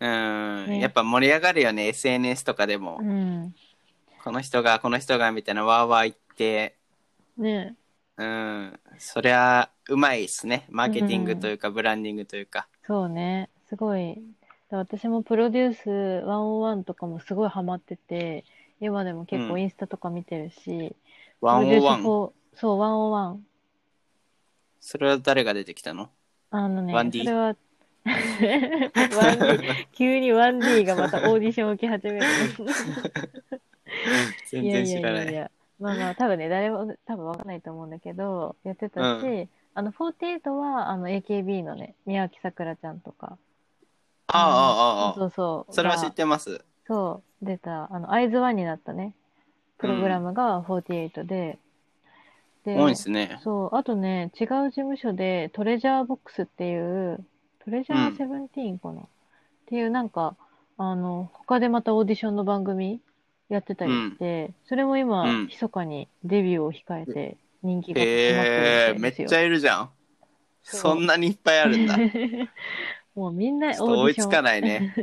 S1: うん、
S2: ね
S1: やっぱ盛り上がるよね、SNS とかでも
S2: う。ん。
S1: この人が、この人が、みたいな、わーわー言って。
S2: ね
S1: うん、そりゃ、うまいですね。マーケティングというか、ブランディングというか。
S2: そうね、すごい。私もプロデュース101とかもすごいハマってて、今でも結
S1: う
S2: 構
S1: ん
S2: インスタとか見てるし、
S1: ワンオワ
S2: プ
S1: ン。
S2: ロデュース4、そう、101。
S1: それは誰が出てきたの
S2: あのね、
S1: 1D
S2: そ れは、1D 急に 1D がまたオーディションを受け始める。
S1: 全然知ら
S2: い
S1: な
S2: やいやいやい
S1: い。
S2: や。まあまあ、多分ね、誰も多分わかんないと思うんだけど、やってたし、
S1: う
S2: あの、48は、あの、AKB のね、宮脇さくらちゃんとか。
S1: ああ、ああ、ああ。
S2: そうそう。
S1: それは
S2: が
S1: 知ってます。
S2: そう、出た、あの、アイズワンになったね、プログラムが48で、で、
S1: 多いですね。
S2: そう、あとね、違う事務所で、トレジャーボックスっていう、トレジャ
S1: うん
S2: ーセブンティーンかな、っていう、なんか、あの、他でまたオーディションの番組やってたりして、それも今、
S1: うん
S2: 密かにデビューを控えて、人気が高まって
S1: へ
S2: る
S1: え、
S2: み
S1: めっ
S2: たいですよ。
S1: ちゃいるじゃん。
S2: そう
S1: そんなにいっぱいある んだ。ち
S2: もうみんな
S1: ょっと
S2: オ
S1: 追
S2: ー
S1: い
S2: ディショ
S1: つ
S2: ン、
S1: かないね。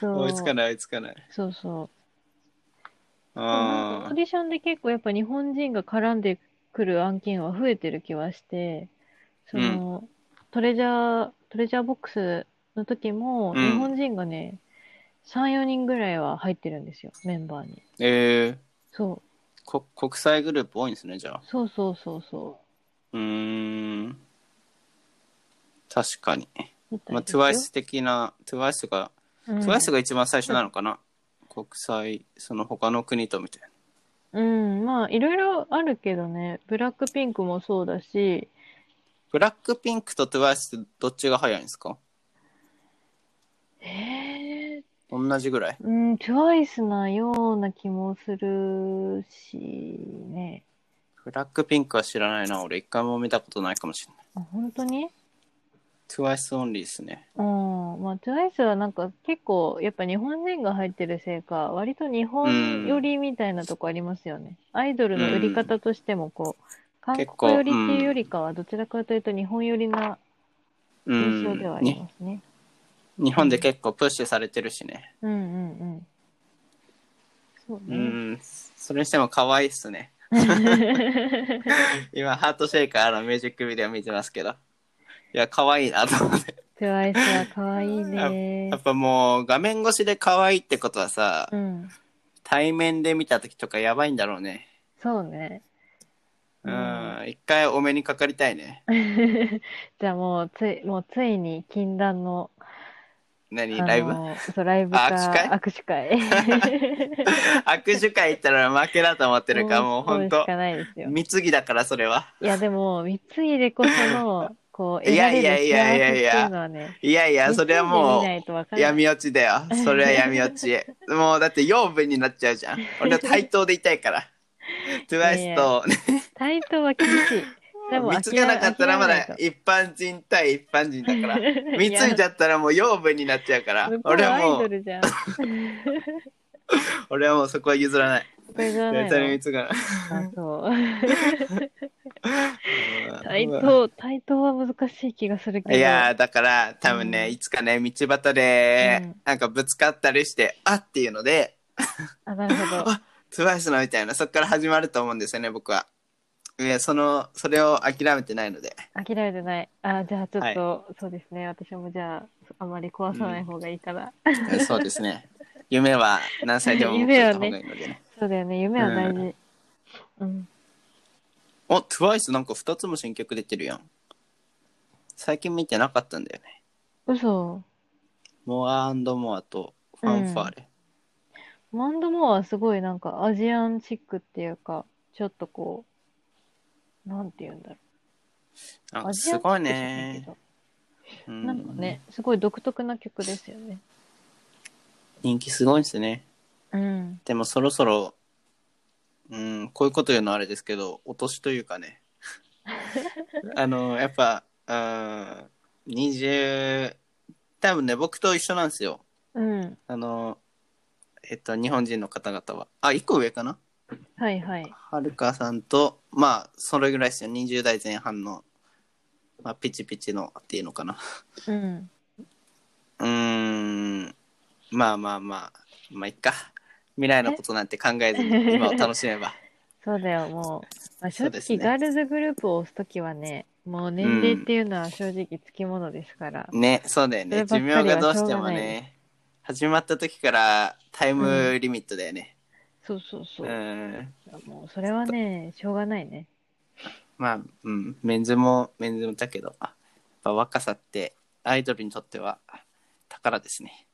S2: そう
S1: 追いつかない、追いつかない。
S2: そうそう。なんかオー
S1: あ
S2: ディションで結構やっぱ日本人が絡んでくる案件は増えてる気はして、その、トレジャー、トレジャーボックスの時も、
S1: うん
S2: 日本人がね、3、4人ぐらいは入ってるんですよ、メンバーに。
S1: ーえー、
S2: そ
S1: こ国際グループ多いんですねじゃあ
S2: う、そうそうそうそう
S1: ーん確かに、
S2: う。みたい
S1: まあ、
S2: ですよ
S1: TWICE 的な TWICE が
S2: うん
S1: TWICE が一番最初なのかな、国際その他の国とみたい
S2: うん、まあ、いろいろあるけどね、ブラックピンクもそうだし、
S1: なブラックピンクと TWICE ってどっちが早いんですか
S2: えー、
S1: 同じぐらい
S2: うん、TWICE なような気もするし、ね。
S1: ブラックピンクは知らないな俺一回も見たことないかもしれない
S2: あ本当に
S1: TWICE オンリーですね
S2: うん。まあ、TWICE はなんか結構、やっぱ日本人が入ってるせいか、割と日本寄りみたいなとこありますよね。アイドルの売り方としても、こう、韓
S1: 結構
S2: 国寄りっていうよりかは、どちらかというと日本寄りな
S1: う
S2: 印
S1: ん
S2: 象ではあり
S1: に
S2: ますね。
S1: 日本で結構プッシュされてるしね
S2: うんうんうん。そう
S1: う
S2: ね。
S1: んそれにしても可愛いっす ね今ハートシェイカーのミュージックビデオ見てますけどいや可愛いなと思って
S2: TWICE は可愛いね
S1: やっ。ぱもう画面越しで可愛いってことはさ、
S2: うん。
S1: 対面で見た時とかやばいんだろうね
S2: そうね。
S1: う
S2: うん
S1: ん、一回お目にかかりたいね
S2: じゃあもうつい、もうついに禁断の、
S1: 何
S2: あの
S1: ライ ブ
S2: そう、ライブか
S1: あ
S2: 握手会。
S1: 握手会行ったら負けだと思ってるからもう
S2: そ
S1: 本
S2: うし
S1: 当
S2: かないですよ。
S1: 貢ぎだからそれはい
S2: や、でも、三井でこそ の、こう、
S1: い
S2: 得
S1: や
S2: ら
S1: い
S2: れる
S1: やいやいやいや
S2: 幸せっていうのはね、
S1: いやいや
S2: 三
S1: それは
S2: 井で
S1: も
S2: 見ないとわか
S1: うん
S2: ない。
S1: 闇落ちだよそれは闇落 ちもうだって養分になっちゃうじゃん俺は対等でいたいから TWICE と
S2: 対等は厳しい。でも、
S1: 見つけなかったらま
S2: 諦め
S1: だ
S2: ないと
S1: 一般人対一般人だから見
S2: い
S1: つ
S2: や
S1: いちゃったらもう養分になっちゃうから
S2: 向こう
S1: 俺は
S2: アイ
S1: も
S2: ド
S1: う
S2: ル じゃん。
S1: 俺はもうそこは譲らない
S2: これじゃない
S1: 絶対に見
S2: の
S1: つがない
S2: あ、そう。対
S1: うん
S2: 等、対等は難しい気がするけど。
S1: いやーだから多分ね、
S2: うん
S1: いつかね道端で、
S2: うん
S1: なんかぶつかったりしてあっていうので
S2: あ、なるほど。
S1: TWICE のみたいなそっから始まると思うんですよね僕はいやそのそれを諦めてないので
S2: 諦めてない。あ、じゃあちょっと、そうですね。私もじゃあ、あまり壊さない方がいいから。
S1: そうですね夢は何歳 でも持っていた方がいいのでね
S2: そうだよね。夢は大事。うん。
S1: お TWICE なんか2つも新曲出てるやん最近見てなかったんだよね
S2: 嘘。
S1: モアモアとファンファーレ、
S2: マンドモアはすごいなんかアジアンチックっていうか、ちょっとこう、なんて言うんだろ
S1: なん
S2: う。
S1: か
S2: アジア
S1: す
S2: ンチッ
S1: ごい
S2: クじゃないけ
S1: ね
S2: ど。
S1: う
S2: なんかね、すごい独特な曲ですよね。
S1: 人気すごいですね
S2: うん。
S1: でもそろそろ、うん、こういうこと言うのはあれですけど、お年というか ね。あの、やっぱ、うん、20、多分ね、僕と一緒なんですよ。
S2: うん。
S1: あの、えっと、日本人の方々は。あ、一個上かな
S2: はいはい。
S1: はるかさんと、まあ、それぐらいですよ。20代前半の、まあ、ピチピチのっていうのかな。
S2: うん。
S1: うーん、まあまあまあ、まあ、いっか。未来のことなんて考えずに、今を楽しめば。
S2: そうだよ、もう。まあ、
S1: そ
S2: 正
S1: うですね
S2: 直、ガールズグループを押すときはね、もう年齢っていうのは正直つきものですから。
S1: ね、そうだよね。
S2: そ
S1: 寿
S2: れば
S1: 命
S2: っかりは
S1: がどうしても
S2: しょうがない
S1: ね、始まった時からタイムリミットだよね。
S2: そうそうそうう。
S1: ん。
S2: もうそれはね、しょうがないね。
S1: まあ、うん。メンズも、メンズもだけど、やっぱ若さってアイドルにとっては宝ですね。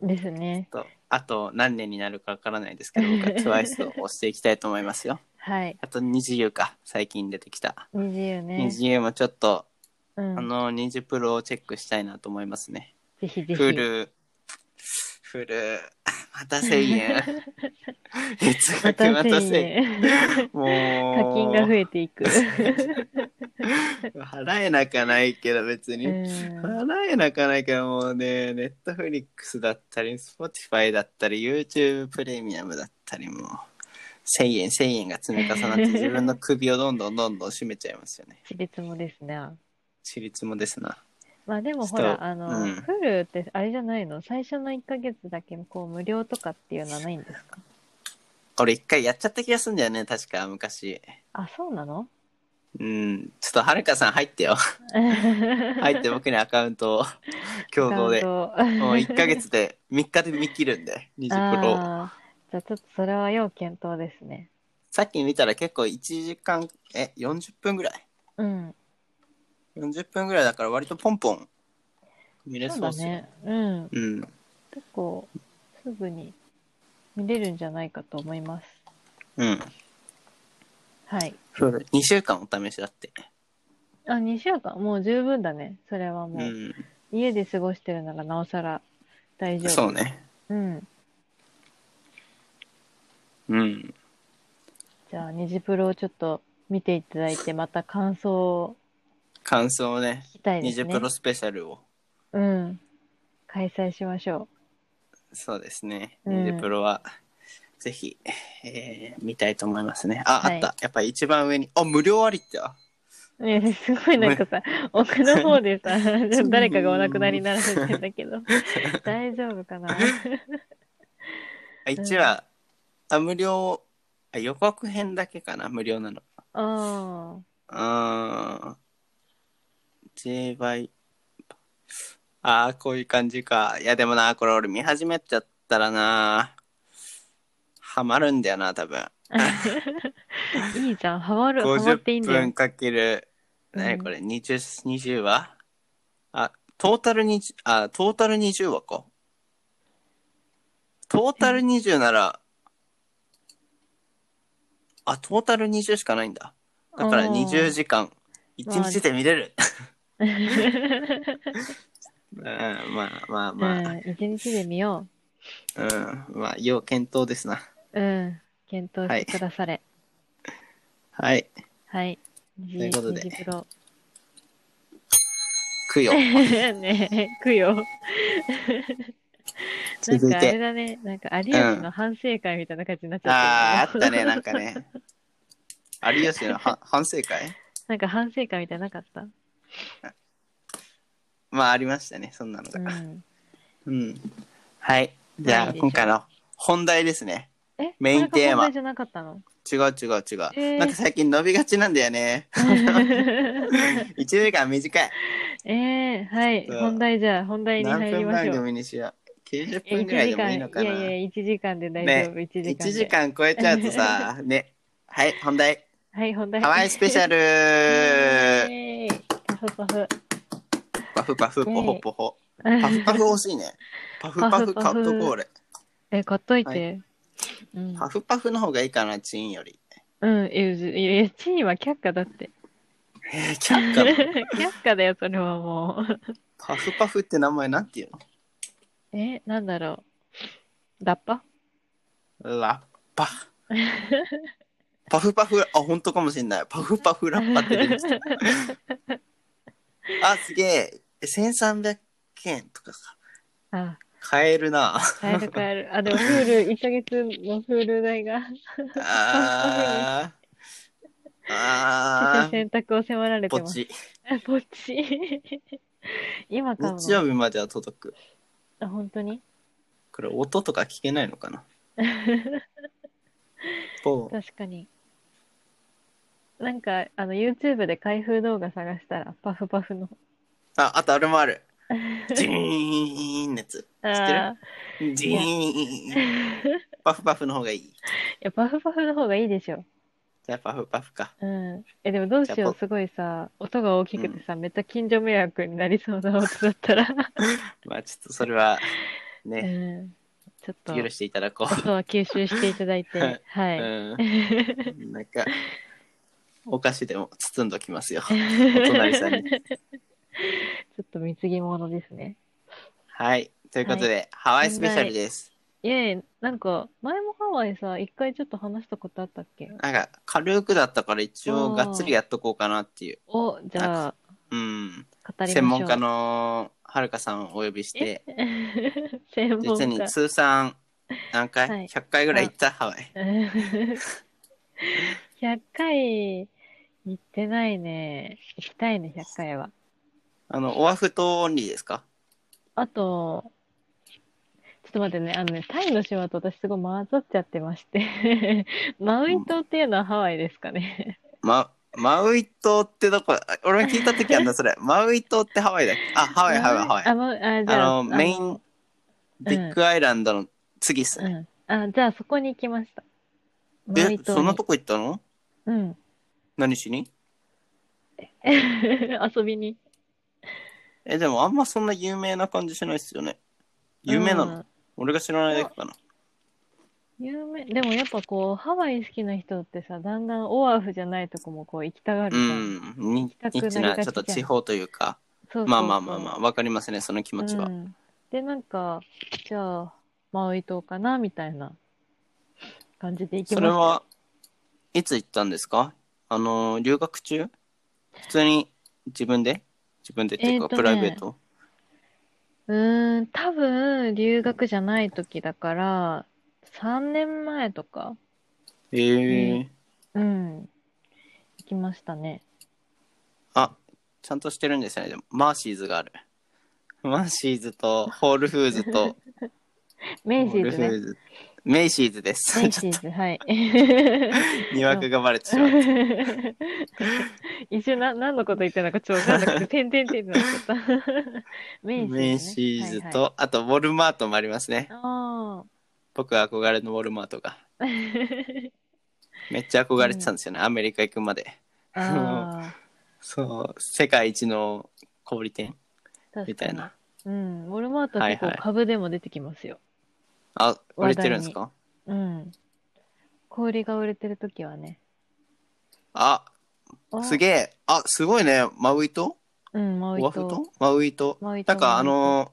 S2: ですね。
S1: と、あと何年になるかわからないです けど、僕は TWICE を押していきたいと思いますよ。
S2: はい。
S1: あと20か、最近出てきた。
S2: 20ね。
S1: 20もちょっと、
S2: うん
S1: あ。の、20プロをチェックしたいなと思いますね。
S2: ぜひぜひ。
S1: フル、フル、また1000円。 月
S2: また
S1: 額また
S2: 1000
S1: 1000円。
S2: 円。課
S1: もう、
S2: 金が増えていく。
S1: 払えなかないけど別に。
S2: うん
S1: 払えなかないけどもうね、ネットフリックスだったり、Spotify だったり、YouTube プレミアムだったりもう、1000円、1000円が積み重なって自分の首をどんどんどんどん締めちゃいますよね。
S2: 私立もですね。
S1: 私立もですな。
S2: まあでもほ
S1: ちょっ
S2: ら、
S1: と
S2: あ
S1: う
S2: の、
S1: ん
S2: フルってあれじゃないの最初の1ヶ月だけこう無料とかっていうのはないんですか
S1: これ一回やっちゃった気がするんだよね、確か昔。
S2: あ、そうなの
S1: うん、ちょっとはるかさん入 ってよ。入って僕にアカウントを共同で。
S2: も
S1: もう1ヶ月で、3日で見切るんで、20プロ。
S2: あーじゃあちょっとそれは要検討ですね。
S1: さっき見たら結構1時間、え、40分ぐらい
S2: うん。
S1: 40分ぐらいだから割とポンポン見れ
S2: そ
S1: そうう
S2: だ
S1: っすよ。
S2: ね。うん。
S1: うん。
S2: 結構すぐに見れるんじゃないかと思います。
S1: うん。
S2: はい。
S1: そうだ。2週間お試しだって。
S2: あ、2週間、もう十分だね。それはも
S1: う
S2: う。
S1: ん。
S2: 家で過ごしてるならなおさら大丈夫。
S1: そう。ね。
S2: うん。
S1: うん。
S2: じゃあ、ニジプロをちょっと見ていただいて、また感想を
S1: 感想をね
S2: 聞、きたいですね。
S1: 20プロスペシャルを。
S2: うん。開催しましょ
S1: そうですね。
S2: うん
S1: 20プロは、ぜひ、えー見たいと思いますね。あ、
S2: はい
S1: あった。やっぱり一番上に、あ、無料ありってあ
S2: う。ね、すごいなん かさ、奥の方でさ、誰かがお亡くなりになられてんだ けど、大丈夫かな
S1: あ一話、あ、無料、あ予告編だけかな、無料なの。
S2: あ
S1: あー JY ああこういう感じかいやでもなこれ俺見始めちゃったらなハマるんだよな多分
S2: あ。いいじゃん。ハマる、ハマっていい
S1: 50
S2: んだよ
S1: 分。かける
S2: うん
S1: 何これ 20, 20話あトータル20あトータル20話かトータル20ならあトータル20しかないんだだから
S2: あー
S1: 20時間
S2: まあ
S1: 1日で見れるうんまあまあまあ、
S2: うん。一日で見よ
S1: うん、まあ要検討ですな
S2: う。うん。検討してくだされ。
S1: はい
S2: はい。
S1: ということで
S2: ニジプロ。
S1: 供養
S2: ねえ、供養。なん
S1: 続い
S2: かあれ
S1: て
S2: だね、なんか有吉の反省会みたいな感じになっちゃ
S1: あ
S2: っ
S1: ーあ
S2: て
S1: っ
S2: る
S1: たねなんかね有吉のは反省会
S2: なんか反省会みたいなのなかった
S1: まあありましたねそんなの
S2: う
S1: が
S2: ん。
S1: うん、はいじゃ
S2: な
S1: あ
S2: いでしょ
S1: 今回の本題ですね
S2: え、
S1: メインテーマ
S2: これが本題じゃなかった の
S1: 違う違う違う、
S2: ー
S1: なんか最近伸びがちなんだよ ね1時間短い
S2: えー、はい。
S1: そう
S2: 本題じゃあ、本題に
S1: 何
S2: 入り
S1: 分
S2: まし
S1: 番
S2: ょう。
S1: 組にしよう90
S2: え
S1: 分
S2: 一
S1: ぐらいで
S2: 時
S1: も
S2: 間、
S1: いいのかな、
S2: やいや、1時間で大丈夫、一時間
S1: 1
S2: で。
S1: 時間超えちゃうとさねはい本題
S2: はい、本題。
S1: ハワイスペシャル
S2: イェーイパフパフ。
S1: パフパフポホポホパフパフ欲しいねパフ
S2: パ
S1: パ
S2: フ
S1: フ
S2: パ
S1: カ
S2: フ
S1: ットコール
S2: え、買っとい
S1: は
S2: て。うん。
S1: パフパフの方がいいかなチンより
S2: うん、え、いや、チーは却下 だって。
S1: えー、却下 だ
S2: 却下だよ、それはもう。
S1: パフパフって名前なんていう
S2: え、なんだろう。ラッパ
S1: のラッパパフパフあ本当かもしんないパフパフラッパって出てきたあすげえ1300件とかか
S2: あ、
S1: 買えるな
S2: 変える変える。あ、でも、フール、1ヶ月のフール代が、
S1: あーあー
S2: 選択を迫られて
S1: ポ
S2: ます。
S1: チ
S2: ポッチ。今買う
S1: 日
S2: の。
S1: 曜日までは届く
S2: あ、本当に
S1: これ音とか聞けないの かなポー
S2: 確かに。なんか、あの、YouTube で開封動画探したら、パフパフの。
S1: ああとあれもあるジーンのやつ
S2: ああ、
S1: ジーン
S2: い
S1: パフパフの方がいい
S2: や、パフパフの方がいいでしょ。
S1: じゃあパフパフか
S2: うん。え、でもどうし
S1: じゃあ
S2: よう、
S1: ポ
S2: すごいさ、音が大きくてさ、めっちゃ近所迷惑になりそうな音だったら、
S1: まあちょっとそれは
S2: う
S1: ね、
S2: ん。ちょっと、
S1: 許していただこう。
S2: 音は吸収していただいて、は
S1: う
S2: い。
S1: ん。なんか、お菓子でも包んどきますよ。お隣さんに。
S2: ちょっと貢ぎ物ですね。
S1: はい。ということで、ハワイスペシャルです。
S2: いえいえ、なんか、前もハワイさ、一回ちょっと話したことあったっけ
S1: なんか、軽くだったから一応がっつりやっとこうかなっていう。
S2: お、じゃあ、
S1: うん。
S2: 語り
S1: 専
S2: ま
S1: 門
S2: しょう。
S1: 家のはるかさんをお呼びして、
S2: 専門
S1: 実に
S2: 家。
S1: 通算何回、
S2: はい
S1: ?100 回ぐらい行ったハワイ。
S2: 100回行ってないね。行きたいね、100回は。
S1: あの、オアフ島オンリーですか
S2: あと、ちょっと待ってね、あのね、タイの島と私すごい混ざっちゃってまして、 マウイ島っていうのはハワイですかね。
S1: ま、マウイ島ってどこあ俺が聞いた時あんだそ れマウイ島ってハワイだっけあハワイハワイハワイ
S2: あ、まあじ
S1: あ
S2: ゃあ
S1: のメインビッグアイランドの次っす
S2: う
S1: ね、
S2: ん。あ、じゃあそこに行きました。マウ
S1: え
S2: イ島に
S1: そんなとこ行ったの
S2: うん。
S1: 何しに
S2: 遊びに。
S1: えでもあんまそんな有名な感じしないっすよね有名なの、
S2: うん
S1: 俺が知らないだけかな
S2: 有名。でもやっぱこう、ハワイ好きな人ってさ、だんだんオアフじゃないとこもこう行きたがる
S1: う
S2: じゃん。
S1: んニ
S2: 行きた
S1: ッ
S2: く
S1: チ
S2: なり
S1: な
S2: がち
S1: ちょ
S2: じゃ
S1: っと
S2: ん
S1: 地方というか
S2: そうそうそう
S1: まあまあまあまあわかりますねその気持ちは、
S2: うん、でなんかじゃあマウイ島かなみたいな感じで行
S1: そ
S2: きました
S1: れはいつ行ったんですかあの留学中普通に自分で自分でっていうか、
S2: えーと
S1: プ
S2: ね
S1: ライベート
S2: うーん多分留学じゃない時だから3年前とか
S1: ええ
S2: ううん行きましたね
S1: あちゃんとしてるんですよねでもマーシーズがある マーシーズとホールフーズと
S2: メイシー
S1: ホ
S2: ズ
S1: ール
S2: ね
S1: フズメイシーズです
S2: メ イ
S1: ち
S2: シ
S1: ょっ
S2: ー
S1: と
S2: ズはい
S1: 疑惑がバレてしまった
S2: 一瞬な何のこと言ってるのかちょっと分かん なくて「てんてんてん」ってなっちゃった メイシーズね
S1: メイシーズ
S2: はい
S1: と、
S2: はい
S1: あとウォルマートもありますね
S2: あ
S1: 僕憧れのウォルマートが
S2: ー
S1: めっちゃ憧れてたんですよね、アメリカ行くまで
S2: ああ
S1: そう世界一の小売店
S2: 確かに
S1: みたいな
S2: うん、ウォルマート
S1: はい
S2: 結
S1: はい
S2: 構株でも出てきますよ。
S1: あ売れてるんですか
S2: うん。氷が売れてるときはね。
S1: あすげ
S2: え。
S1: えあすごいねマウイ島
S2: うん、マウイ
S1: オア
S2: 島。
S1: フ島マウイ島
S2: マウイ島
S1: なんかあのー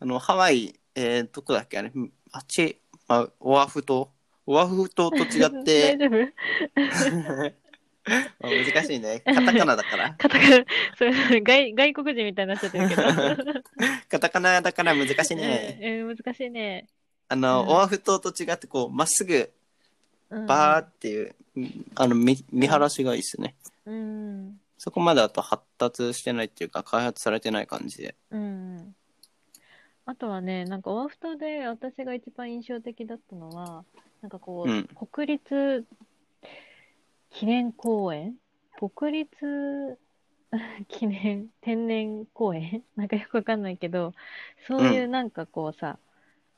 S1: あのハワイえー、どこだっけあれあっち、まあ、オアフ島オアフ島と違っ
S2: 大
S1: て
S2: 丈夫
S1: まあ難しいねカタカナだ から
S2: カタカナ、それ外外国人みたいになっちゃってる けど。
S1: カタカナだから難しいね
S2: うん、うん難しいね。
S1: あの、
S2: うん
S1: オアフ島と違ってこうまっすぐ
S2: うん、
S1: バーっていう、あの見見晴らしがいいですね
S2: うん。
S1: そこまであと発達してないっていうか開発されてない感じで
S2: うん。あとはね、なんかオアフ島で私が一番印象的だったのは、なんかこう、
S1: うん
S2: 国立記念公園国立 記念天然公園 なんかよくわかんないけど、そういううなんかこうさ、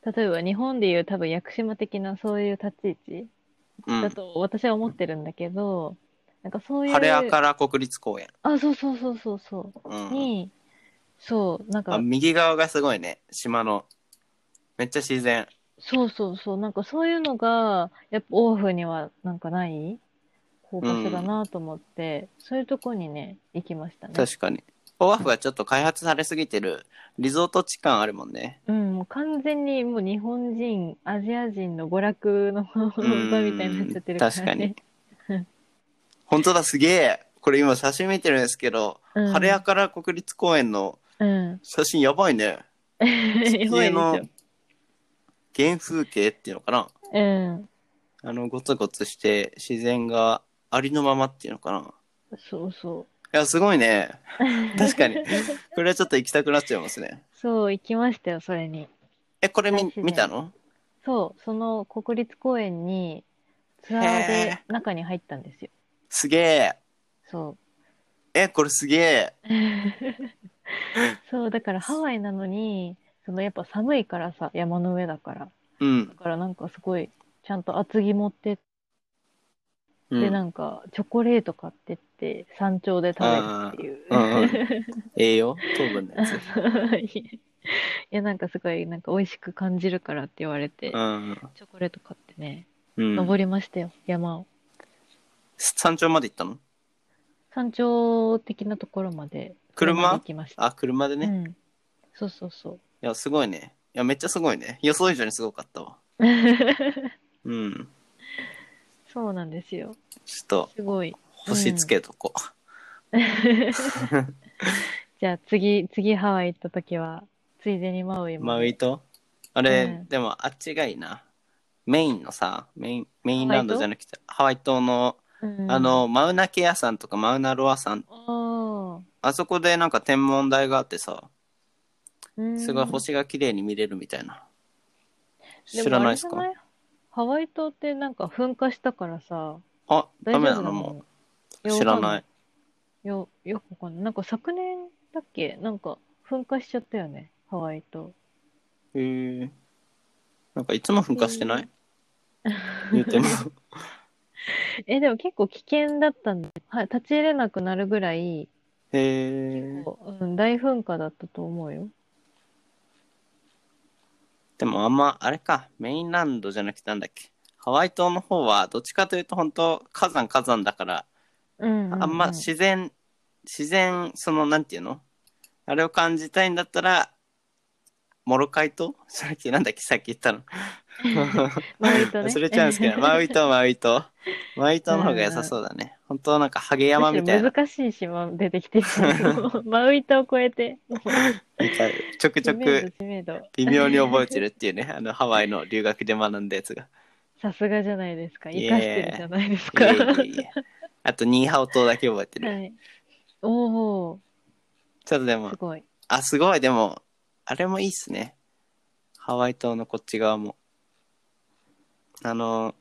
S2: 例えば日本でいう多分屋久島的なそういう立ち位置
S1: うん
S2: だと私は思ってるんだけど、なんかそういう、
S1: 晴れやから国立公園、
S2: あ、そうそうそうそうそうう、
S1: ん、
S2: に、そう、なん
S1: あ
S2: か、
S1: 右側がすごいね島のめっちゃ自然
S2: そうそうそう、なんかそういうのが、やっぱオアフにはなんかないこう場所だなと思って、そういうとこにね、行きましたね。
S1: 確かにオアフはちょっと開発されすぎてるリゾート地感あるもんね
S2: うん、もう完全にもう日本人、アジア人の娯楽の
S1: う
S2: 場みたいになっちゃって
S1: ん
S2: るから
S1: 確かに
S2: ね。
S1: 本当だすげえこれ今写真見てるんですけど、
S2: うん
S1: 晴れやから国立公園の
S2: うん。
S1: 写真やば いね
S2: やばいでしょ。
S1: 原風景っていうのかな
S2: うん。
S1: あのゴツゴツして自然がありのままっていうのかな
S2: そうそう。
S1: いやすごいね 確かにこれはちょっと行きたくなっちゃいますね
S2: そう、行きましたよ、それに。
S1: えこれ
S2: 大
S1: 見
S2: 自然
S1: 見たの
S2: そう、その国立公園にツアー
S1: へ
S2: で中に入ったんですよ。
S1: すげえ
S2: そう。
S1: えこれすげえ
S2: そう、だからハワイなのに、そのやっぱ寒いからさ、山の上だから。
S1: うん
S2: だ、からなんかすごい、ちゃんと厚着持ってって、
S1: うん、
S2: なんかチョコレート買ってって、山頂で食べるっていう。
S1: うん うん栄養糖分のやつ。
S2: いや、なんかすごい、なんか美味しく感じるからって言われて、
S1: うん
S2: チョコレート買ってね、
S1: うん。
S2: 登りましたよ、山を。
S1: 山頂まで行ったの
S2: 山頂的なところまで、
S1: 車
S2: で行きました。
S1: あ、車でね。
S2: う
S1: い
S2: ん。そうそうそう。
S1: や、すごいね。いや、めっちゃすごいね。予想以上にすごかっ たわ。うん。
S2: そうなんですよ。
S1: ちょっと、
S2: すごい。
S1: 星つけとこ
S2: じゃあ次、次ハワイ行った時は、ついでにマウイ
S1: う。
S2: も。
S1: マウイ島あ
S2: う
S1: れ
S2: ん、
S1: でもあっちがいいな。メインのさ、メイン、メインランドじゃなくて、ハワイ島の、
S2: うん
S1: あ、の、マウナケアさんとかマウナロアさん、
S2: お
S1: あそこでなんか天文台があってさ、
S2: ー
S1: すごい。星が綺麗に見れるみたいな。知らないです
S2: もあ
S1: か
S2: れじゃハワイ島ってなんか噴火したからさ、
S1: あ、
S2: 大丈
S1: ダ
S2: 夫
S1: メ
S2: な
S1: な
S2: の
S1: のも。
S2: いうや
S1: 知らな
S2: わ
S1: い。
S2: かんよ、よくわかんない。なんか昨年だっけなんか噴火しちゃったよね、ハワイ島。
S1: へえ。なんかいつも噴火してない言うても。
S2: え、でも結構危険だったんで、はい、立ち入れなくなるぐらい、
S1: へえ。
S2: うん、大噴火だったと思うよ。
S1: でもあんま、あれか、メインランドじゃなくてなんだっけ。ハワイ島の方は、どっちかというと本当火山火山だから、
S2: うんうんうん、
S1: あんま自然、自然、その、なんていうのあれを感じたいんだったら、モロカイ島それってなんだっけさっき言ったの。
S2: マウイ島ね
S1: 忘れちゃうんですけど、マウイ島、マウイ島。マウイ島の方が良さそうだね。本当なんか、ハゲ山みたいな。
S2: むしろ難しい島出てきてる マウイ島を越えて、
S1: なんかちょくちょ
S2: 知名度
S1: く
S2: 知名度、
S1: 微妙に覚えてるっていうね、あの、ハワイの留学で学んだやつが。
S2: さすがじゃないですか。
S1: い
S2: 生
S1: え
S2: かしてるじゃないです
S1: い
S2: か。
S1: えいえいえ。あと、ニーハオ島だけ覚えてる。
S2: はい。おお、
S1: ちょっとでも
S2: す、ごい。
S1: あ、すごい。でも、あれもいいっすね。ハワイ島のこっち側も。あの、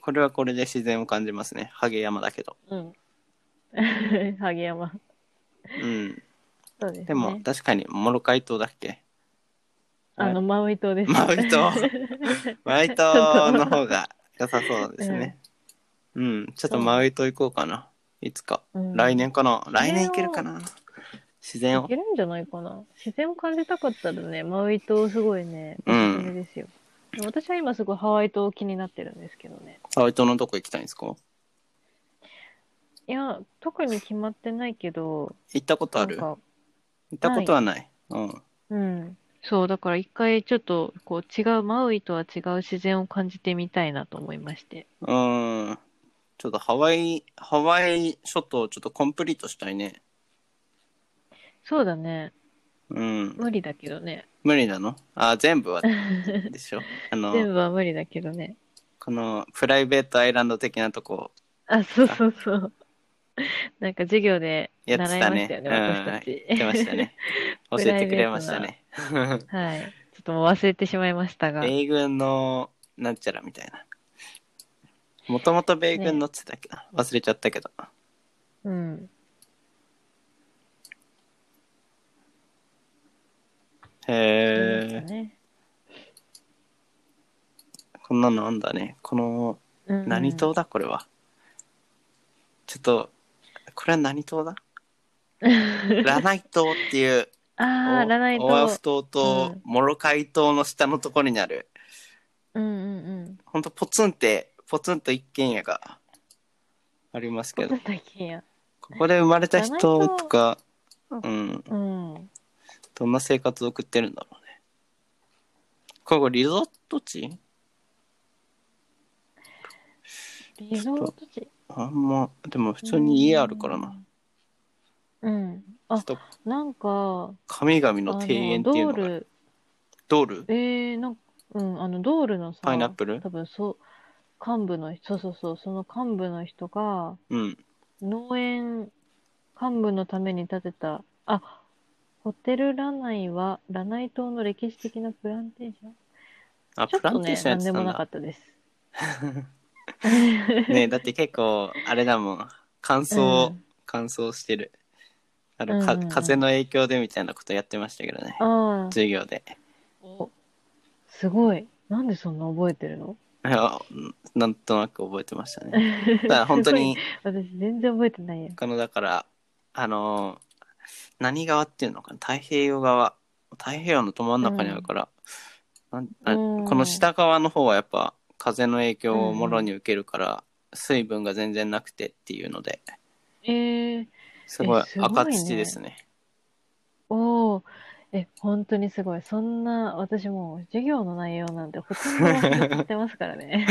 S1: これはこれで自然を感じますね。ハゲ山だけど。
S2: うん。 萩山。
S1: うん。
S2: そうです、ね。
S1: でも、確かに、モロカイ島だっ け
S2: あの、マウイ島です。
S1: マウイ島マウイ島の方が良さそうですね。うん。ちょっとマウイ島行こうかな。いつか。
S2: うん
S1: 来年かな。来年行けるかな。自然
S2: い
S1: を
S2: け。るんじゃないかな。自然を感じたかったらね、マウイ島すごいね、お
S1: うん
S2: すすめですよ。でも私は今すごいハワイ島気になってるんですけどね。
S1: ハワイ島のどこ行きたいんですか
S2: いや、特に決まってないけど、
S1: 行ったことある
S2: なん
S1: 行
S2: か、
S1: ったことはない。うん。
S2: うん。そう、だから一回ちょっと、こう、違う、マウイとは違う自然を感じてみたいなと思いまして。
S1: うーん。ちょっとハワイ、ハワイ諸島ちょっとコンプリートしたいね。
S2: そうだね。
S1: うん。
S2: 無理だけどね。
S1: 無理なのあ、全部はでしょ。あ
S2: 全
S1: の、
S2: 部は無理だけどね。
S1: このプライベートアイランド的なとこ
S2: あ、そうそうそう。なんか授業で
S1: やって
S2: 習い
S1: た
S2: まし
S1: ね。
S2: たよね、
S1: うん、
S2: 私たち。
S1: 言ってましたね。教えてくれましたね。
S2: はい。ちょっともう忘れてしまいましたが。
S1: 米軍のなんちゃらみたいな。もともと米軍のっつってたっけな。忘れちゃったけど。
S2: うん。
S1: へ
S2: そう
S1: え
S2: で、すね
S1: こんなのあんだね。この
S2: うん
S1: 何島だこれはちょっとこれは何島だラナイ島っていう
S2: ああ、
S1: お
S2: ラナイ
S1: オア
S2: 島
S1: フ。島と
S2: うん
S1: モロカイ島の下のところにある、
S2: うんうんうん。
S1: ほんとポツンってポツンと一軒家がありますけ
S2: な
S1: ど
S2: んだっけや。
S1: ここで生まれた人
S2: ラナイ島
S1: とか、うん、
S2: うん。
S1: どんな生活を送ってるんだろうねこれこれリゾート地
S2: リゾート地。
S1: あんまでも普通に家あるからな、
S2: うん。うん。あ、
S1: ちょっと
S2: なんか、
S1: 神々の
S2: あ
S1: 庭園
S2: の、
S1: ってい
S2: ド
S1: う
S2: ー
S1: のが
S2: ル、
S1: ドール
S2: えー、なんか、うん、あの、ドールのさ、
S1: パイナップル
S2: 多分そう、幹部の、そうそうそう、その幹部の人が、
S1: うん
S2: 農園幹部のために建てた、あ、ホテルラナイは、ラナイ島の歴史的なプランテーション
S1: あ、
S2: ち
S1: プ
S2: ょっ
S1: ラ
S2: と
S1: ンテー
S2: ね、
S1: ションやっ
S2: な
S1: て
S2: ん
S1: た
S2: でも
S1: ん
S2: なか
S1: だ。
S2: ったです。
S1: ねだって結構、あれだもん。乾燥、
S2: うん
S1: 乾燥してる。あの、か
S2: うんうんうん
S1: 風の影響でみたいなことやってましたけどね。
S2: ああ、
S1: 授業で。
S2: おすごい。なんでそんな覚えてるの
S1: あなんとなく覚えてましたね。 だから本当に、
S2: 私全然覚えてないや。
S1: この、だから、あのー何側っていうのかな太平洋側。太平洋のど真ん中にあるから、なんあ
S2: うん
S1: この下側の方はやっぱ風の影響をもろに受けるから、水分が全然なくてっていうので、
S2: ええ
S1: すごい
S2: えすごいね
S1: 赤土ですね。
S2: おお、え、本当にすごい。そんな、私もう授業の内容なんてほとんど忘れてますから ね。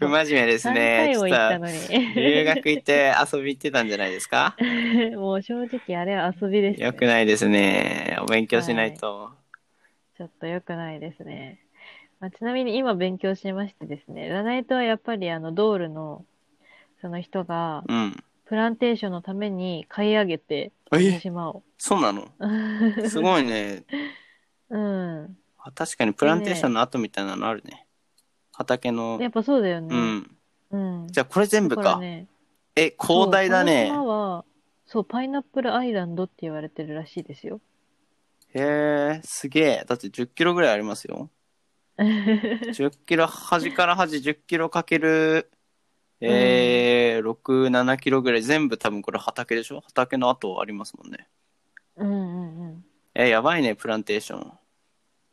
S1: 不真面目です
S2: 3
S1: ね。
S2: 回
S1: ちょ
S2: も
S1: っ
S2: 行った
S1: と
S2: の
S1: 留
S2: に。
S1: 学行って遊び行ってたんじゃないですか
S2: もう正直あれは遊びですね
S1: よくないですね。お勉強しないと。
S2: ちょっと良くないですね。まあ、ちなみに今勉強しましてですね、ラナイトはやっぱりあのドールのその人が
S1: うん。
S2: プランテーションのために買い上げて
S1: え、
S2: 島を。
S1: そうな のすごいね。
S2: うん。
S1: あ確かにプランテーションの後みたいなのあるね。畑の
S2: やっぱそうだよね。
S1: うん
S2: うん。
S1: じゃあこれ全部
S2: だ
S1: から
S2: ね、
S1: え広大だね
S2: そうこの島は、そう、パイナップルアイランドって言われてるらしいですよ。
S1: へえすげえだって1 0キロぐらいあります よ1 0キロ端から端1 0キロかけるえー67キロぐらい全部多分これ畑でしょ畑の跡ありますもんね
S2: うんうん
S1: えやばいねプランテーション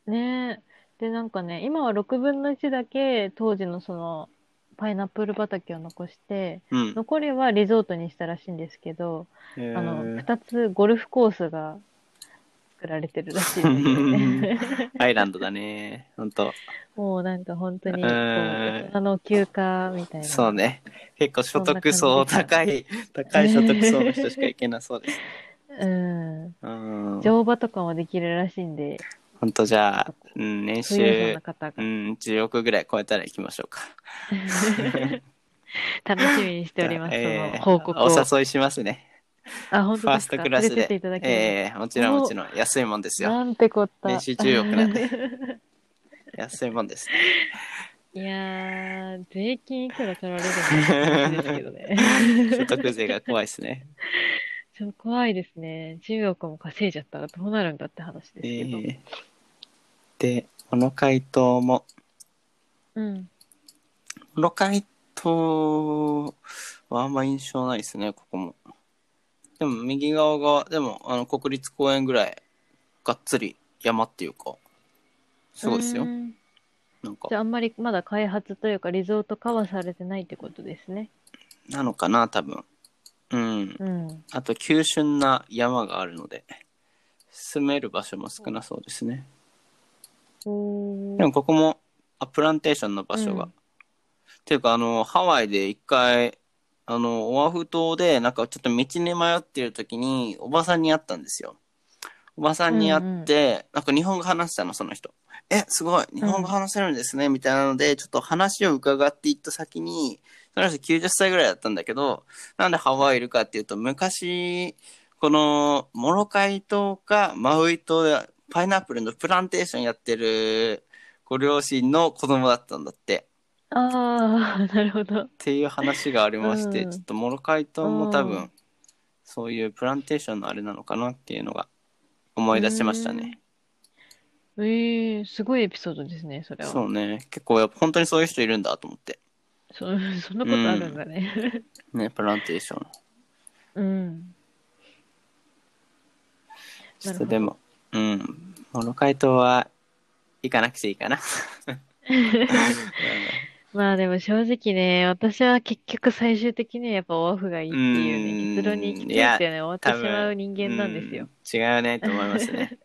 S2: うん。ねえ。で、なんかね、今は6分の1だけ当時のその、パイナップル畑を残して、
S1: うん
S2: 残りはリゾートにしたらしいんですけど、
S1: へー
S2: あの、2つ ゴルフコースが作られてるらしいですよね。
S1: アイランドだねほんと
S2: もうなんか本当に、
S1: う
S2: こ
S1: ん
S2: う、大人の休暇みたいな。
S1: そうね結構所得
S2: そ
S1: 層
S2: んな感
S1: 高い高い所得層の人しか行けなそうです
S2: うん。
S1: うん
S2: 乗馬とかもできるらしいんで、
S1: ほんとじゃあ、うん、年
S2: 富裕層
S1: 収
S2: の方が
S1: うん、10億ぐらい超えたら行きましょうか。
S2: 楽しみにしております、そ
S1: え
S2: の
S1: ー
S2: 報告を。
S1: お誘いしますね。
S2: あ、本
S1: フ
S2: 当
S1: ァ
S2: で
S1: ー
S2: す
S1: ス
S2: か
S1: トクラス
S2: 連れてっ
S1: で
S2: ていただ。ける
S1: ええもちろんもちろん。安いもんですよ。
S2: なんてこった。
S1: 年収10億なん で。安いもんです。
S2: いやー、税金いくら取られるのかって話ですけどね。
S1: 所得税が怖いですね。
S2: ちょっと怖いですね。10億も稼いじゃったらどうなるんだって話 です
S1: え
S2: けど。
S1: ーで、この回答も、
S2: うん。
S1: この回答はあんま印象ないですね、ここも。でも右側が、でもあの国立公園ぐらいがっつり山っていうか、すごいですよ
S2: う。ん
S1: なんか
S2: じゃあ、あんまりまだ開発というか、リゾート化はされてないってことですね。
S1: なのかな多分うん
S2: うん。
S1: あと急峻な山があるので住める場所も少なそうですね
S2: お
S1: でもここもあプランテーションの場所が、
S2: うん
S1: っていうかあのハワイで一回あのオアフ島でなんかちょっと道に迷ってる時におばさんに会ったんですよおばさんに会って、なんか日本語話したのその人えすごい日本語話せるんですね、みたいなのでちょっと話を伺っていった先にその人90歳ぐらいだったんだけどなんでハワイいるかっていうと昔このモロカイ島かマウイ島でパイナップルのプランテーションやってるご両親の子供だったんだって
S2: あー、なるほど。
S1: っていう話がありまして、
S2: うん
S1: ちょっとモロカイ島も多分、
S2: うん
S1: そういうプランテーションのあれなのかなっていうのが思い出しましたね。
S2: えー、すごいエピソードですね、それは。
S1: そうね結構やっぱ本当にそういう人いるんだと思って
S2: そ そんなことあるんだね。
S1: ねプランテーション
S2: うん。
S1: ちょっ
S2: なる
S1: と
S2: ほど
S1: でもうんモロカイ島は行かなくていい かな。
S2: まあでも正直ね、私は結局最終的にはやっぱオアフがいいって
S1: う
S2: いうね、
S1: ん
S2: 結論に行き着いてね、終わってしまう人間なんですよ。
S1: うん違うねと思います ね。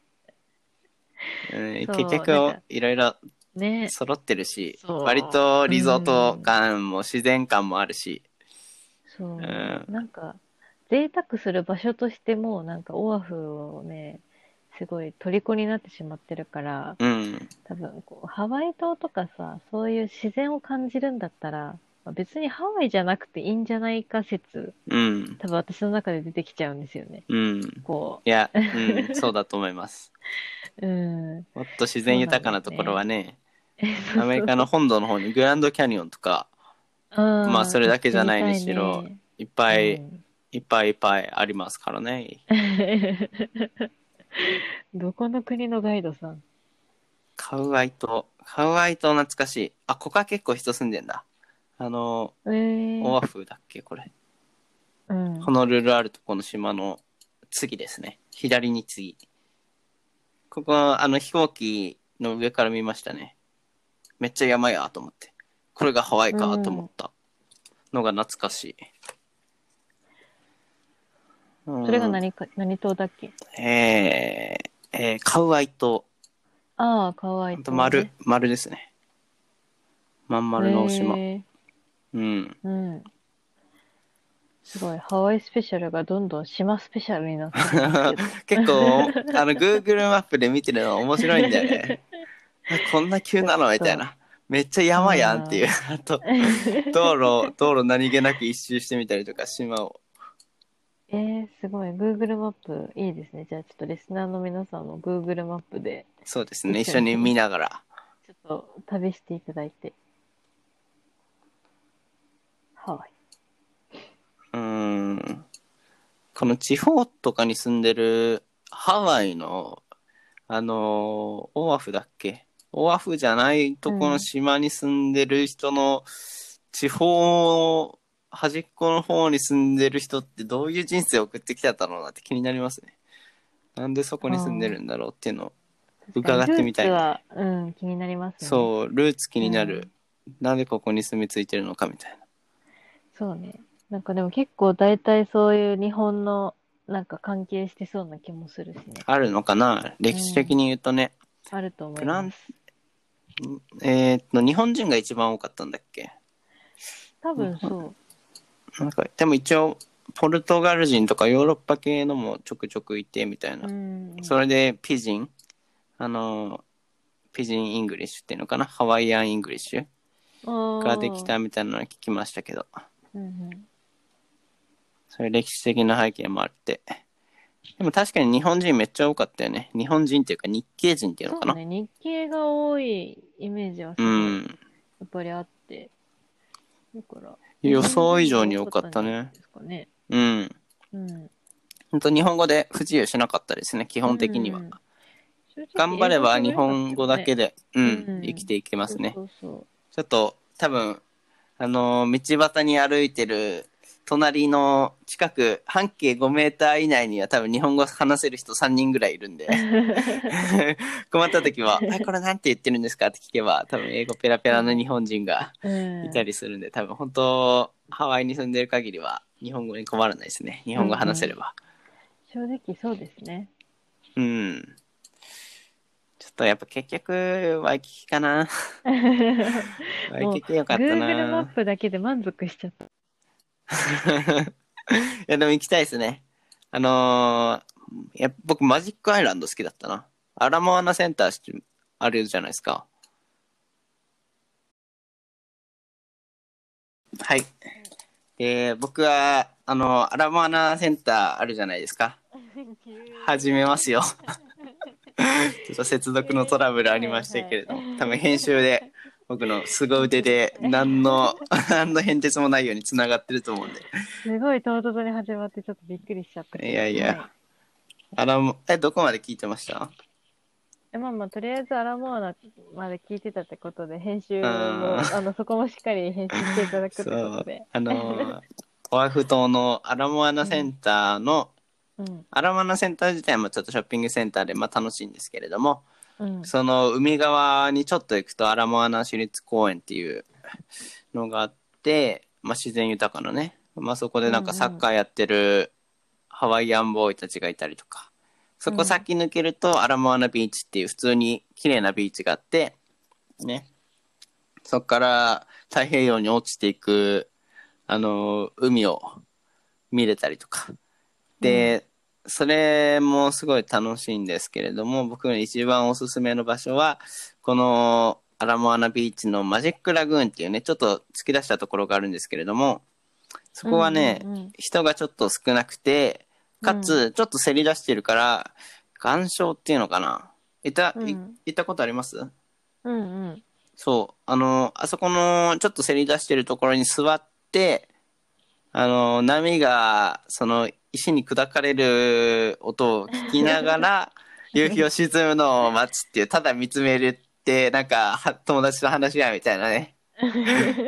S1: うん、
S2: そう
S1: 結
S2: なん
S1: 局
S2: か
S1: いろいろ
S2: ね。
S1: 揃ってるし
S2: そう
S1: 割とリゾート感も自然感もあるし、
S2: そう。
S1: ん
S2: なんか、贅沢する場所としても、なんかオアフをね、すごい虜になってしまってるから、
S1: うん、
S2: 多分こう、ハワイ島とかさ、そういう自然を感じるんだったら、まあ別にハワイじゃなくていいんじゃないか説、
S1: うん、
S2: 多分私の中で出てきちゃうんですよね。
S1: うん。
S2: こ
S1: いや、 うん、そうだと思います。
S2: う、うん。
S1: もっと自然豊かなところは ね、アメリカ
S2: の、
S1: の本土の方にグランドキャニオンとか
S2: ま
S1: まあそれだけじゃないにしろいっぱい、
S2: うん
S1: いっぱいいっぱいありますからね。
S2: どこの国のガイドさん
S1: カウアイ島、カウアイ島懐かしい。あ、ここは結構人住んでんだ。あの、
S2: えー
S1: オアフだっけこれ。
S2: うん
S1: ホノルルあるとこの島の次ですね。左に次。ここはあの飛行機の上から見ましたね。めっちゃ山やと思って。これがハワイかと思ったのが懐かしい。うん
S2: それが何か、何島だっけ
S1: えー、えーカウアイ島。
S2: ああ、かわいい、
S1: ほんと丸、丸ですね。まん丸のお島。
S2: え
S1: うん。
S2: ーうん。すごい、ハワイスペシャルがどんどん島スペシャルになってるんで す
S1: 結構、あの、Google マップで見てるの面白いんだよね。こんな急なのみたいな。めっちゃ山やんっていう。あと、
S2: けど
S1: 道路、道路何気なく一周してみたりとか、島を。
S2: えー、すごい、Google マップいいですね。じゃあちょっとリスナーの皆さんも Google マップで
S1: そうですね。一緒に見ながら。
S2: ちょっと旅していただいて。ハワイ。
S1: うーんこの地方とかに住んでるハワイのあのーオアフだっけオアフじゃないとこの島に住んでる人の地方端っこの方に住んでる人ってどういう人生を送ってきただろうなって気になりますね。なんでそこに住んでるんだろうっていうのを伺ってみたい
S2: ルーツは、うん、気になりますね。う。
S1: そうルーツ気にな
S2: う
S1: る
S2: ん、
S1: なんでここに住み着いてるのかみたいな。
S2: そうね。なんかでも結構大体そういう日本のなんか関係してそうな気もするしね。
S1: あるのかな歴史的に言うとね。
S2: あると思い
S1: フラ
S2: ま
S1: ン
S2: す。
S1: えーっと、日本人が一番多かったんだっけ
S2: 多分そう。
S1: なんか、でも一応、ポルトガル人とかヨーロッパ系のもちょくちょくいてみたいな
S2: う。ん。
S1: それで、ピジン、あの、ピジンイングリッシュっていうのかなハワイアンイングリッシュが
S2: が
S1: できたみたいなのは聞きましたけど、
S2: うんうん
S1: そういう歴史的な背景もあって。でも確かに日本人めっちゃ多かったよね。日本人っていうか日系人っていうのか
S2: そう
S1: な
S2: ね、日系が多いイメージはす
S1: う
S2: ごい、
S1: ん
S2: や。っぱりあって。だから。
S1: 予想以上に多かったね。
S2: ですかね。
S1: うん。
S2: うん。
S1: ほんと日本語で不自由しなかったですね、基本的には。
S2: うん
S1: 頑張れば日本語だけ
S2: で
S1: で、うん
S2: うん
S1: 生きていけますね。
S2: そうそう
S1: ちょっと多分あのー道端に歩いてる隣の近く半径5メーター以内には多分日本語話せる人3人ぐらいいるん で困った時 は「あこれなんて言ってるんですか?」って聞けば多分英語ペラペラの日本人が
S2: そう。うん
S1: いたりするんで多分本当ハワイに住んでる限りは日本語に困らないですね日本語話せれば。
S2: 正直そうですね。
S1: うん、ちょっとやっぱ結局ワイキキかな。ワイキキよかった
S2: Google マ
S1: な
S2: ッ。プだけで満足しちゃった。
S1: いや、でも行きたいですね。あのーいや、僕マジックアイランド好きだったな。アラモアナセンターしあるじゃないですか。はい。で、僕は、あのアラモアナセンターあるじゃないですか。始めますよ。ちょっと接続のトラブルありましたけれども、多分編集で僕の凄腕で何の何の変哲もないように繋がってると思うんで。
S2: すごい唐突に始まってちょっとびっくりしちゃったけど。
S1: いやいや
S2: は
S1: あらもえどこまで聞いてました？
S2: えまあまあ、とりあえずアラモアナまで聞いてたってことで、編集も、
S1: あー
S2: あの、そこもしっかり編集していただくっ
S1: そ
S2: てこと
S1: う
S2: で。
S1: あのオアフ島のアラモアナセンターの、
S2: うん。
S1: アラモアナセンター自体もちょっとショッピングセンターでまあ楽しいんですけれども、
S2: うん。
S1: その海側にちょっと行くとアラモアナ市立公園っていうのがあって、まあ、自然豊かなね、まあ、そこでなんかサッカーやってるハワイアンボーイたちがいたりとかそこ先抜けるとアラモアナビーチっていう普通に綺麗なビーチがあってねそこから太平洋に落ちていくあの海を見れたりとかで、それもすごい楽しいんですけれども僕の一番おすすめの場所はこのアラモアナビーチのマジックラグーンっていうねちょっと突き出したところがあるんですけれどもそこはね、
S2: うんうん
S1: 人がちょっと少なくてかつちょっとせり出してるから岩礁っていうのかないた、い
S2: うん
S1: 行ったことあります
S2: うん。うんうん。
S1: そう。あの、あそこの、ちょっとせり出してるところに座って、あの、波が、その、石に砕かれる音を聞きなが ら、夕日を沈むのを待つっていう、ただ見つめるって、なんか、は友達と話し合うみたいなね、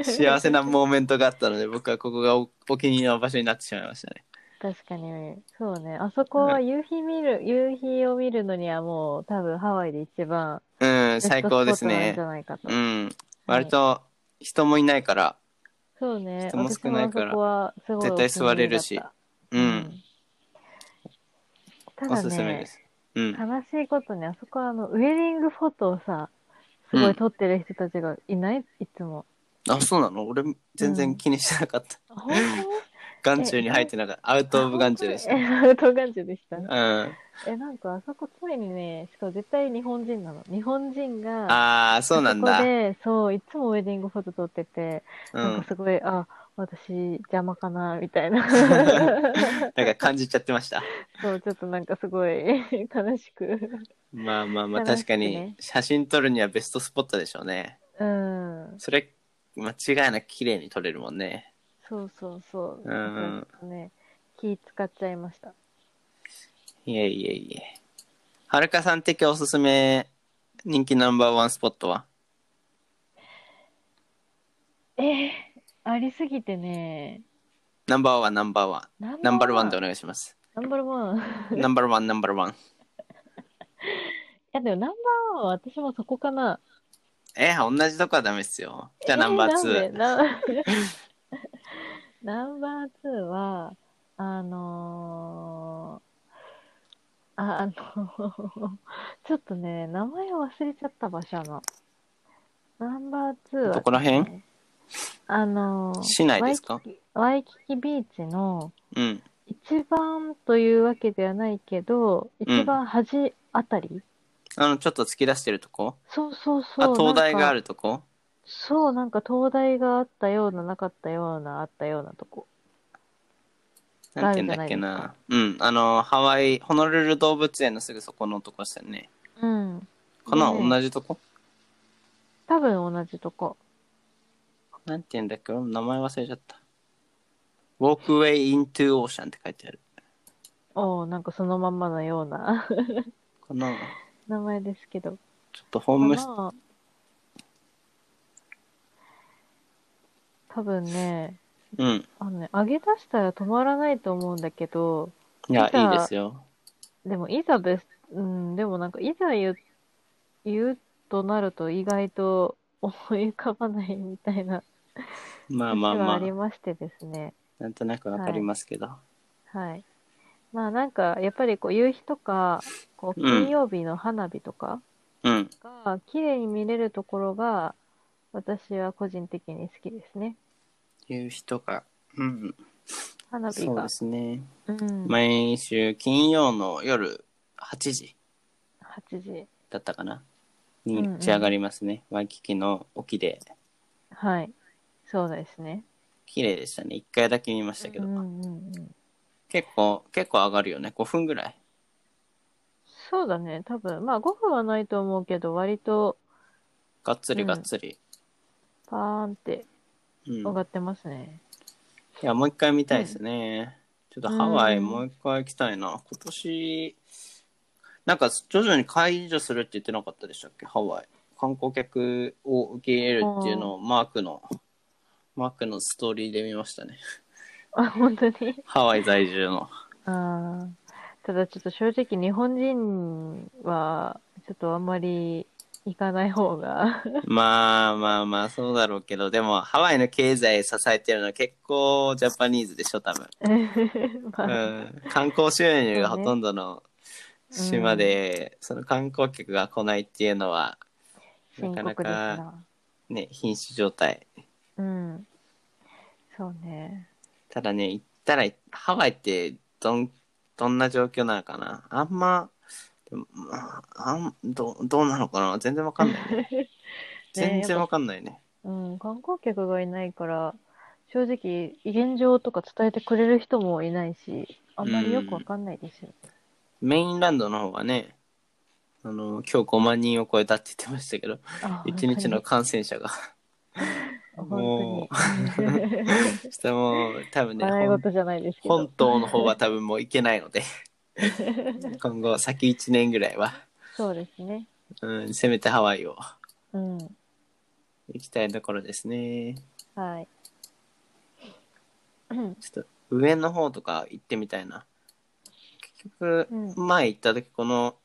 S1: 幸せなモーメントがあったので、僕はここがおお気に入りの場所になってしまいましたね。
S2: 確かに、そうね。あそこは夕日見る、夕日を見るのにはもう多分ハワイで一番
S1: うん、
S2: ベスト
S1: 最高です
S2: ス
S1: ね
S2: ポット。なんじゃないかと。
S1: うん。割と、人もいないから、
S2: そうね。
S1: 人も少ないから
S2: 私もあそこはすごい
S1: 絶対座れるし
S2: お気に入りだった。
S1: うん、。
S2: た
S1: お
S2: だ
S1: すすめ
S2: ね
S1: で、す。うん。
S2: 悲しいことに、あそこはあの、ウェディングフォトをさ、すごい撮ってる人たちがいないい つも。
S1: あ、そうなの俺、全然気にしてなか った。
S2: あ本当に
S1: 眼中に入ってなかった。アウトオブ眼中でした。う
S2: あ本当にえアウト眼中でした。
S1: ん。
S2: え、なんかあそこ常にね、しかも絶対日本人なの。日本人が、
S1: ああ、そうなん
S2: あ
S1: だ
S2: そこ。で、そう、いつもウェディングフォト撮ってて、
S1: う
S2: なん
S1: ん
S2: か。すごい、あ、私邪魔かな、みたいな。
S1: なんか感じちゃってま した。
S2: そう、ちょっとなんかすごい悲しく。
S1: まあまあまあ、
S2: 楽
S1: 確
S2: しく
S1: か
S2: ね
S1: に、写真撮るにはベストスポットでしょうね。
S2: うん。
S1: それ、間違いなく綺麗に撮れるもんね。
S2: そうそうそ
S1: う
S2: う。
S1: ん
S2: だからちょっとね、気使っちゃいました。
S1: いえいえいえ。はるかさん的おすすめ人気ナンバーワンスポットは
S2: えー、ありすぎてね。
S1: ナンバーワン、ナンバーワ
S2: ナ
S1: ン。ナンバーワンでお
S2: だね。
S1: 願いし ます。
S2: ナンバーワン。い
S1: ナンバーワン、ナンバーワン。
S2: や、でもナンバーワンは私もそこかな。
S1: えー、同じとこはダメっすよ。じゃあナンバーツ
S2: え
S1: ー。
S2: なん でなナンバーツーは、あのー、あ、あのーちょっとね、名前忘れちゃった場所の。ナンバーツーは、
S1: どこら辺
S2: あのー
S1: 市内ですか
S2: ワイキキワイキキビーチの
S1: うん。
S2: 一番というわけではないけど、
S1: ん
S2: 一番端あたり、
S1: あの、ちょっと突き出してるとこ
S2: そうそうそ
S1: あ、
S2: う。
S1: 灯台
S2: なんか
S1: があるとこ
S2: そう、なんか灯台があったような、なかったような、あったようなとこ。
S1: なんて言うんだっけな。
S2: ある
S1: うん。あの、ハワイ、ホノルル動物園のすぐそこのとこしたね。
S2: うん。
S1: かな、
S2: ねえ
S1: 同じとこ
S2: 多分同じとこ。
S1: なんて言うんだっけ俺も名前忘れちゃった。Walkway into Ocean って書いてある。
S2: おおなんかそのまんまのような
S1: かな
S2: 名前ですけど。
S1: ちょっとホームス
S2: かな多分ね、
S1: うん。
S2: あのね、上げ出したら止まらないと思うんだけど、
S1: いや、
S2: じゃ
S1: いい
S2: あ
S1: ですよ。
S2: でもいざ別、うん、でもなんかいざ言う、言うとなると意外と思い浮かばないみたいな
S1: まあ
S2: 話
S1: まあ
S2: は
S1: ま
S2: あ
S1: あ
S2: り、ましてですね。
S1: なんとなくわかりますけど。
S2: はい。まあなんか、やっぱりこう、夕日とか、こう、
S1: うん
S2: 金曜日の花火とか
S1: うん。
S2: が、綺麗に見れるところが、私は個人的に好きですね。
S1: いう人が。うん。
S2: 花火
S1: そう
S2: が
S1: で。すね。
S2: うん。8
S1: 毎週金曜の夜8時
S2: 時。
S1: だったかな。
S2: う
S1: に
S2: んうん
S1: 打ち上がりますね。ワイキキの沖で。
S2: はい。そうですね。
S1: 綺麗でしたね。一回だけ見ましたけ
S2: う
S1: ど。
S2: んうんうん。
S1: 結構、結構上がるよね。5分ぐらい。
S2: そうだね。多分、まあ5分はないと思うけど、割と、
S1: がっつり
S2: うん
S1: がっつり。
S2: パーンって
S1: うん。
S2: 上がってますね。
S1: いや、もう一回見たいですね。ちょっとハワイもう一回行きたいな。今年、なんか徐々に解除するって言ってなかったでしたっけ、ハワイ。観光客を受け入れるっていうのをマークの、マークのストーリーで見ましたね。
S2: あ、 本当に
S1: ハワイ在住の。
S2: ああ、ただちょっと正直日本人はちょっとあんまり行かない方が
S1: まあまあまあ、そうだろうけど、でもハワイの経済支えてるのは結構ジャパニーズでしょ、多分。う
S2: まあ、
S1: ん、観光収入がほとんどの島で、その観光客が来ないっていうのは、
S2: 深刻ですな。
S1: ね、瀕死状態。
S2: うん。そうね。
S1: ただね、行ったら、ハワイってどん、どんな状況なのかなあんま、でもまああんどどうなのかな全然わかんないね。全然わかんないね。
S2: うん、観光客がいないから、正直現状とか伝えてくれる人もいないし、あんまりよくわかんないですよね。
S1: メインランドの方がね、あの、今日5万人を超えたって言ってましたけど、
S2: あ、
S1: 1日の感染者 が。
S2: 本当に。 本当に。
S1: しても、多分ね、
S2: 笑い
S1: 本
S2: 事じゃないですけど。
S1: 本島の方は多分もう行けない ので、今後先1年ぐらいは、
S2: そうですね。
S1: うん、せめてハワイを
S2: うん。
S1: 行きたいところですね。
S2: はい。
S1: ちょっと上の方とか行ってみたいな。結局、
S2: う
S1: 前行った時この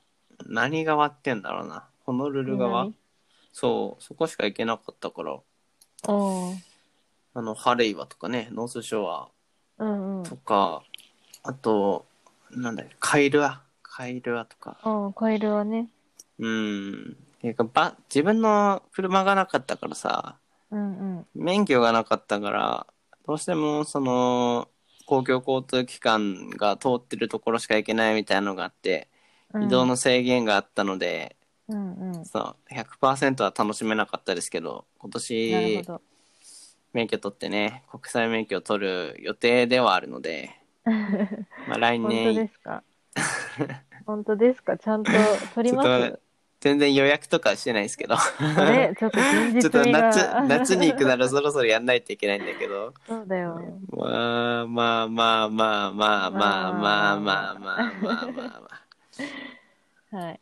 S1: 何側ってんだろうな。ホノルル側
S2: 南
S1: そう、そこしか行けなかったから、
S2: おー
S1: あの、ハレイワとかね、ノースショア
S2: うんうん。
S1: とか、あと、なんだっけ、カイルア。カイルアとか。
S2: うん、カエルはね。
S1: うん。ていうか、ば、自分の車がなかったからさ、
S2: うんうん。
S1: 免許がなかったから、どうしてもその公共交通機関が通ってるところしか行けないみたいなのがあって、
S2: うん
S1: 移動の。制限があったので、
S2: うんうん。
S1: そう、100%は楽しめなかったですけど、今
S2: なるほ
S1: 年
S2: ど。
S1: 免許取ってね、国際免許を取る予定ではあるの で、まあ来
S2: 本当
S1: 年
S2: で、すか本当ですかちゃんと撮り
S1: ちょっ
S2: ます
S1: と全然予約とかはしてないですけど。
S2: あれちょっと現
S1: ちょっ
S2: 実
S1: と
S2: 味が。
S1: 夏、夏に行くならそろそろやんないといけないんだけど。
S2: そうだよ。
S1: まあまあまあまあまあまあまあまあまあまあまあま
S2: はい。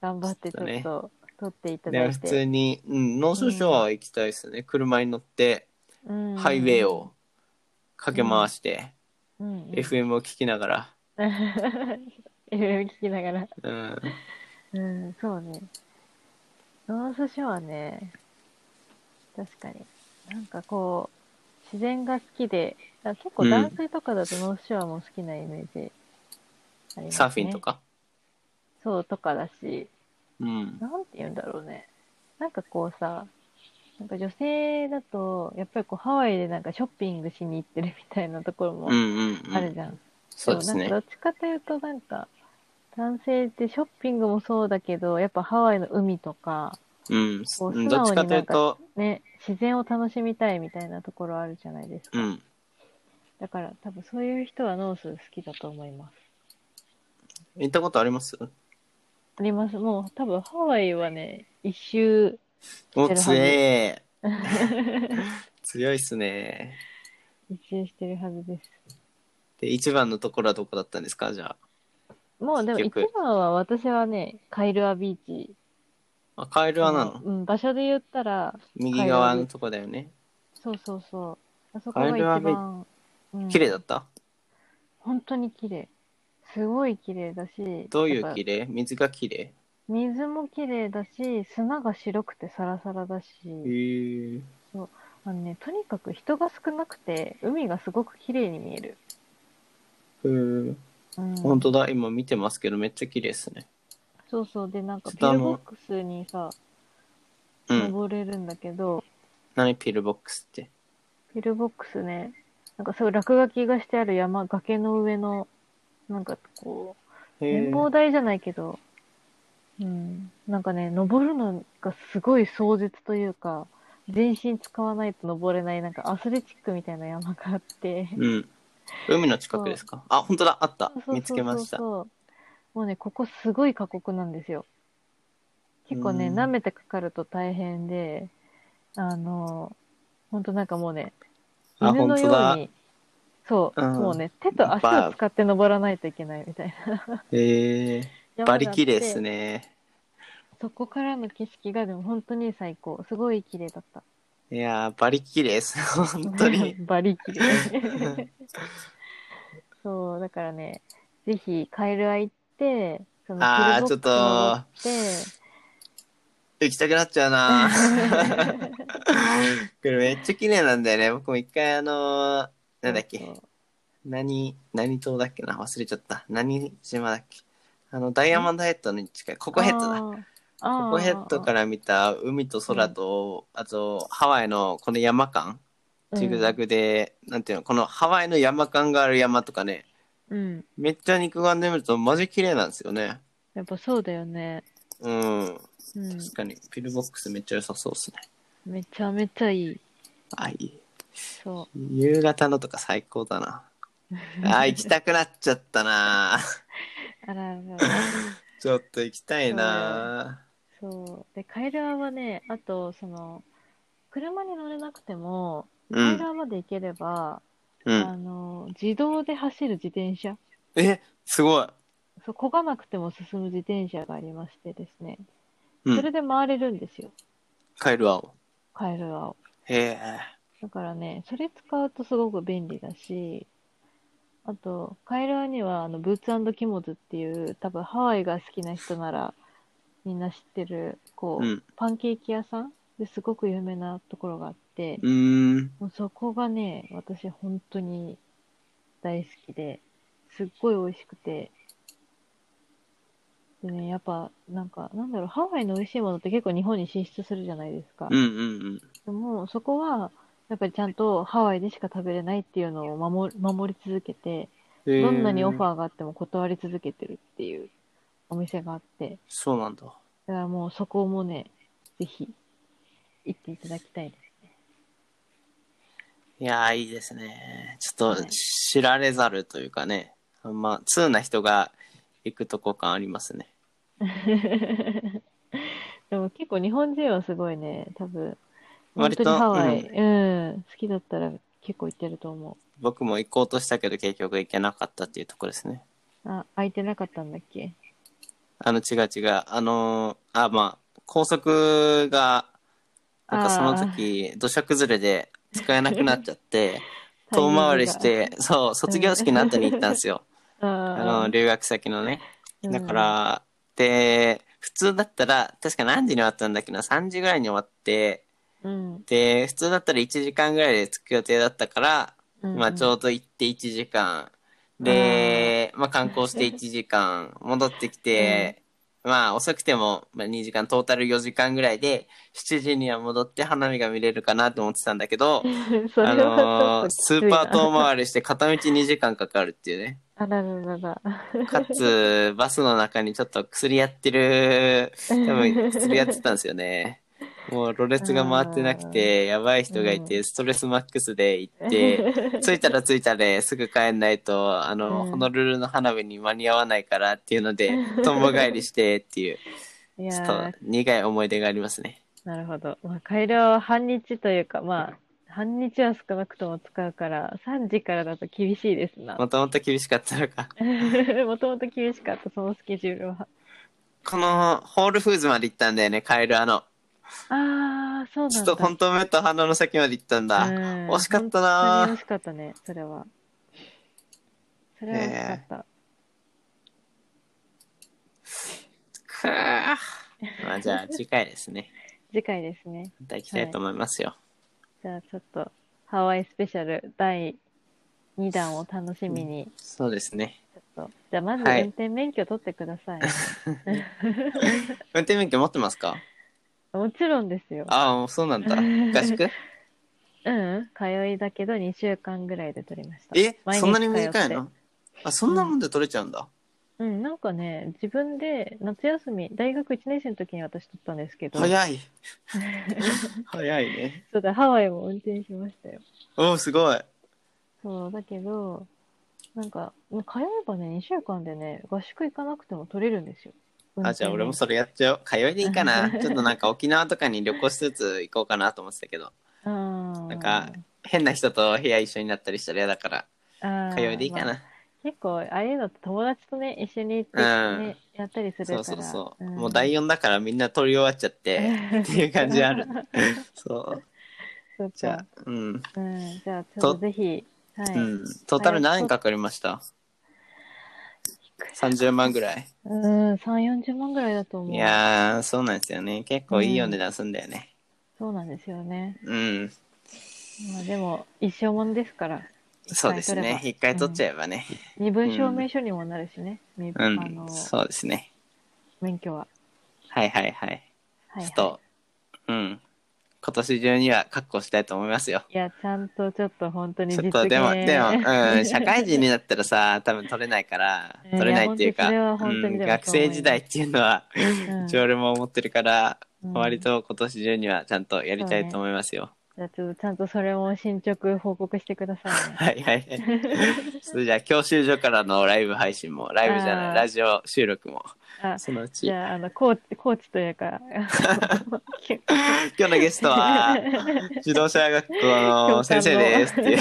S2: 頑張ってちょっ
S1: ち
S2: と撮ってい
S1: あ。
S2: た
S1: で
S2: だ
S1: も
S2: い
S1: 普
S2: て。
S1: 通に、うん、ノースショアは行きたいですね。車に乗って、
S2: うん
S1: ハイウェイ。を駆け回して、
S2: うんうん
S1: FM を聞きながら、
S2: いろいろ聞きながら。
S1: うん、
S2: うん、そうね。ノースショアね、確かに。なんかこう、自然が好きで、あ結構男性とかだとノースショアも好きなイメージあります、ね。
S1: サーフィンと。か。
S2: そう、とかだし、
S1: うん。
S2: なんて言うんだろうね。なんかこうさ、なんか女性だと、やっぱりこうハワイでなんかショッピングしに行ってるみたいなところも
S1: うんうんう
S2: ある
S1: ん。
S2: じゃん。
S1: そうです
S2: も
S1: ね
S2: なん。かどっちかというとなんか男性ってショッピングもそうだけどやっぱハワイの海とか
S1: うん。
S2: こう
S1: うんどっちかというと、
S2: ね自然を楽しみたいみたいなところあるじゃないですか、
S1: うん。
S2: だから多分そういう人はノース好きだと思います
S1: 行ったことあります
S2: ありますもう多分ハワイはね一周
S1: お、
S2: してるはず
S1: 強え。強いっすね。
S2: 一周してるはずです
S1: で、一番のところはどこだったんですかじゃ
S2: もうでも
S1: 結
S2: 一
S1: 局
S2: 番は私はねカイルアビーチ
S1: あ。あ、カエルはなの
S2: うん、場所で言ったら
S1: 右側のとこだよね。
S2: そうそうそうあそこが
S1: カイ
S2: 一
S1: ルアビ
S2: 番、うん
S1: 綺麗だった
S2: 本当に綺麗すごい綺麗だし
S1: どうい
S2: やっ
S1: う
S2: ぱ
S1: 綺麗水が綺麗
S2: 水も綺麗だし砂が白くてサラサラだし
S1: へえ。
S2: あの、ね、とにかく人が少なくて海がすごく綺麗に見える、
S1: うん。
S2: うん、
S1: 本当だ、今見てますけど、めっちゃ綺麗ですね。
S2: そうそうでなんかピ
S1: ちょっとあ
S2: ル
S1: の
S2: ボックスにさ
S1: うん。
S2: 登れるんだけど、
S1: 何ピルボックスって。
S2: ピルボックスねなんかそう落書きがしてある山崖の上のなんかこう
S1: へ
S2: 展
S1: え。
S2: 望台じゃないけど、うん、なんかね登るのがすごい壮絶というか全身使わないと登れないなんかアスレチックみたいな山があって。
S1: うん。海の近くですかあ、本当だ、あった
S2: そうそうそうそ。う
S1: 見つけました。
S2: もうね、ここすごい過酷なんですよ。結構ね、
S1: うん
S2: 舐めてかかると大変で、あの、ほんとなんかもうね、
S1: あ
S2: 犬の
S1: 本当
S2: よ
S1: だ
S2: うに、そう、
S1: うん
S2: もうね、手と足を使って登らないといけないみたいな。
S1: へえ。
S2: 山があ
S1: バ
S2: って
S1: リ綺麗です。ね。
S2: そこからの景色がでも本当に最高。すごい綺麗だった。
S1: いやー、バリ綺麗です。 本当 に。
S2: バリ綺麗。そう、だからね、ぜひカエルア行って、その
S1: あー
S2: ピルボックス登って、
S1: 行きたくなっちゃう なこれめっちゃ綺麗なんだよね。僕も一回あのー なんだっ
S2: そう
S1: け
S2: そ。
S1: 何、何島だっけな忘れちゃった。何島だっけあの、ダイヤモンドヘッドに近い、コ
S2: う
S1: コヘッドだ。。
S2: あー
S1: ココヘッドか、ら見た海と空と、あとハワイのこの山間、
S2: あー
S1: ジグザ。グで、なんていうの、このハワイの山間がある山とかね、
S2: うん。うん
S1: めっちゃ肉眼で見るとマジ綺麗なんですよね。
S2: やっぱそうだよね。
S1: うん。
S2: うん。
S1: 確かに、ピルボックスめっちゃ良さそうですね。
S2: めちゃめちゃいい。
S1: あ、いい。
S2: そ
S1: 夕方のとか最高だな。
S2: う。
S1: あー、 行きたくなっちゃったな。
S2: あらあら。
S1: ちょっと行きたいな。
S2: そう。で、カイルアはね、あと、その、車に乗れなくても、
S1: う
S2: カイル
S1: ん。
S2: アまで行ければ、
S1: う
S2: あ
S1: ん。
S2: の、自動で走る自転車。
S1: え、すごい。
S2: そう、漕がなくても進む自転車がありましてですね。
S1: う
S2: それ
S1: ん。
S2: で回れるんですよ。
S1: カエルアオ。
S2: カイルアを。
S1: へえ。
S2: だからね、それ使うとすごく便利だし、あと、カイロアにはあのブーツキモズっていう、多分ハワイが好きな人ならみんな知ってる、こう、
S1: うん。
S2: パンケーキ屋さんですごく有名なところがあって、
S1: うーん。
S2: もうそこがね、私本当に大好きで、すっごい美味しくて、でね、やっぱなんか、なんだろう、ハワイの美味しいものって結構日本に進出するじゃないですか。
S1: うんうんうん。
S2: でも、そこは、やっぱりちゃんとハワイでしか食べれないっていうのを守守り続けて、どんなにオフ
S1: ー。
S2: ァーがあっても断り続けてるっていうお店があって、
S1: そうなんだ。
S2: だからもうそこもね、ぜひ行っていただきたいで
S1: いやー、いいですね。ちょっと
S2: ね
S1: 知られざるというかね。あんま、通な人が行くとこ感ありますね。
S2: す。 でも結構日本人はすごいね、多分、本
S1: 割
S2: 当
S1: と
S2: にハワイ、うん、好きだったら結構行ってると思
S1: 僕も行こうとしたけど結局行けなかったっていうところですね。
S2: う。あ、空いてなかったんだっけ
S1: あの違う違う、あのーあ、まあ、高速が、なんかその時、土砂崩れで使えなくなっちゃ って、遠回りし、て、そう、卒業式の後に行ったんですよ。
S2: タイミン
S1: あ
S2: グが
S1: の、留学先のね。
S2: うん
S1: だから、で、普通だったら、確か何時に終わったんだっけな、3時ぐらいに終わって、
S2: うん、
S1: で、普通だったら1時間ぐらいで着く予定だったから、
S2: うん、
S1: まあ、ちょうど行って1時間。で、まあ、観光して1時間、 戻ってきて、まあ、遅くても、まあ、2時間、トータル4時間ぐらいで、7時には戻って花火が見れるかなと思ってたんだけど、
S2: うん、 それ
S1: あ
S2: はちょ
S1: の
S2: っと
S1: ー
S2: きつ
S1: ス
S2: い
S1: ー
S2: な
S1: パー遠回りして片道2時間かかるっていう ね。
S2: あらららら。
S1: かつ、バスの中にちょっと薬やってる、多分薬やってたんですよね。もう、ろれつが回ってなくて、やばい人がいて、ストレスマックスで行って、着いたら着いたですぐ帰んないとあの、
S2: うん
S1: ホノルルの花火に間に合わないからっていうの でとんぼ返りしてっていう
S2: い
S1: ちょっ
S2: や
S1: と
S2: ー
S1: 苦い思い出がありますね
S2: なるほど。まあ、回路は半日というか、まあ、半日は少なくとも使うから、3時からだと厳しいですな。
S1: もともと厳しかったのか
S2: もともと厳しかった、そのスケジュールは。
S1: このホールフーズまで行ったんだよねカエルあの
S2: ああ、そう
S1: ちょ
S2: な
S1: っ
S2: んだ。
S1: と本当目と鼻の先まで行ったんだ、
S2: うん
S1: 惜しかった
S2: 本
S1: な
S2: 当に惜しかったね、それは。それは惜しかった。
S1: くーまあじゃあ次回ですね
S2: 次回ですね。
S1: また行きたいと思いますよ、
S2: じゃあちょっと、ハワイスペシャル第2弾を楽しみに。
S1: そうですね
S2: ちょっとじゃあまず
S1: はい
S2: 運転免許取ってくだ さい。
S1: 運転免許持ってますか
S2: もちろんですよ。
S1: ああもうそうなん だ合宿
S2: うん、通いだけど2週間ぐらいで取りました。
S1: え
S2: 毎日
S1: そんなに短い
S2: 通っ
S1: のあそんなもんで取れちゃうんだ、
S2: てうん、なんかね、自分で夏休み、大学1年生の時に私取ったんですけど、
S1: 早 い早いね
S2: そうだ、ハワイも運転しましたよ。
S1: おおすごい
S2: そう、だけど、なんか、もう通えばね、2週間でね、合宿行かなくても取れるんですよ。
S1: あじゃあ俺も
S2: そ
S1: それやっちゃおう通いでいいかなちょっとなんか沖縄とかに旅行しつつ行こうかなと思ってたけ ど
S2: な
S1: なんか変な人と部屋一緒になったりしたら嫌だから通いでいいかな、
S2: 結構、ああいうのって友達とね、一緒に行って、
S1: うん
S2: ねやったりするか
S1: そう
S2: ら。
S1: そうそう、
S2: ん
S1: もう第4だからみんな取り終わっちゃっ てっていう感じあるそう
S2: そっか
S1: じゃあうん、
S2: うん、じゃあ、ちょっとぜひ、はい。
S1: うんトータル何円かかりました30万ぐらい
S2: うん、3、40万ぐらいだと思う。
S1: いやーそうなんですよね結構いいお値段すんだよね
S2: そうなんですよね。
S1: うん
S2: まあ、でも、一生ものですから、
S1: そうですね。一
S2: 一
S1: 回
S2: 回
S1: 取
S2: 取
S1: っ
S2: っ
S1: ち
S2: ち
S1: ゃえばね。
S2: 身分証明書にもなるしね、身
S1: う
S2: 分あ
S1: ん
S2: の、、
S1: そうですね。
S2: 免許は。
S1: はいはいはい。
S2: はい、
S1: ちょ
S2: は
S1: っ
S2: い。
S1: と、うん。今年中には確保したいと思いますよ。
S2: いや、ちゃんとちょっと本当に
S1: ち
S2: 実
S1: ょっ
S2: 現
S1: とでも、でも、 うん、社会人になったらさ、多分取れないから、
S2: うん
S1: 取れないっていうか、
S2: いや本当にそれは本当
S1: う
S2: に
S1: ん、
S2: でも
S1: 学生時代っていうのは、
S2: うん
S1: 一応俺も思ってるから、
S2: うん
S1: 割と今年中にはちゃんとやりたいと思いますよ。
S2: じゃあちょっとちゃんとそれも進捗報告してくださいね。
S1: はいはいは い。それじゃあ、教習所からのライブ配信も、ライブじゃない、
S2: あー
S1: ラジオ収録も、
S2: あ
S1: そのうち
S2: じ。ゃあ、あの、コーチ、コーチとい うか、
S1: 今日のゲスト は自動車学校の先生ですってい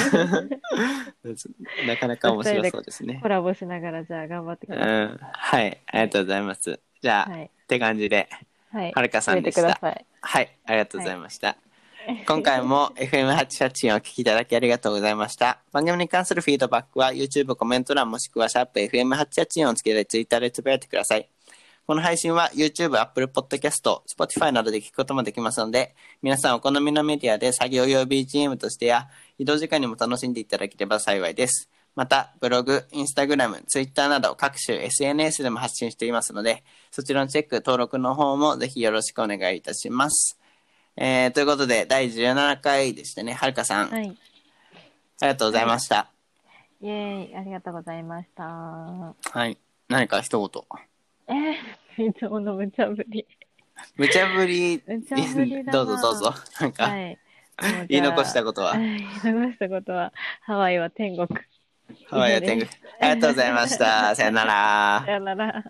S1: う なかなか面白そうですね
S2: コ。ラボしながら、じゃあ頑張ってく
S1: う
S2: ださい。
S1: ん、はい、ありがとうございます。じゃあ、
S2: はい
S1: って感じで、
S2: はい。
S1: はるかさんでした
S2: 教えてください。
S1: はい、ありがとうございました。 今回も FM884 をお聞きいただきありがとうございました。番組に関するフィードバックは YouTube コメント欄もしくはシャープ FM884 をつけて Twitter でつぶやいてください。この配信は YouTube、Apple Podcast、Spotify などで聞くこともできますので、皆さんお好みのメディアで作業用 BGM としてや、移動時間にも楽しんでいただければ幸いです。また、ブログ、インスタグラム、ツイッターなど各種 SNS でも発信していますので、そちらのチェック、登録の方もぜひよろしくお願いいたします。えーということで、第17回でしたね。はるかさん、あ
S2: は
S1: り
S2: い。
S1: がとうございました。
S2: イェーイ、ありがとうございました。
S1: はい。何か一言。
S2: えー、いつもの無茶ぶり。
S1: 無茶ぶり、
S2: 無茶ぶりだな
S1: どうぞどうぞ。なんか、
S2: はい。もうじゃあ
S1: 言い残したことは
S2: は、い 言い残したことは、ハワイは天国。
S1: ハワイア天狗。ありがとうございました。さよなら
S2: さ。よなら。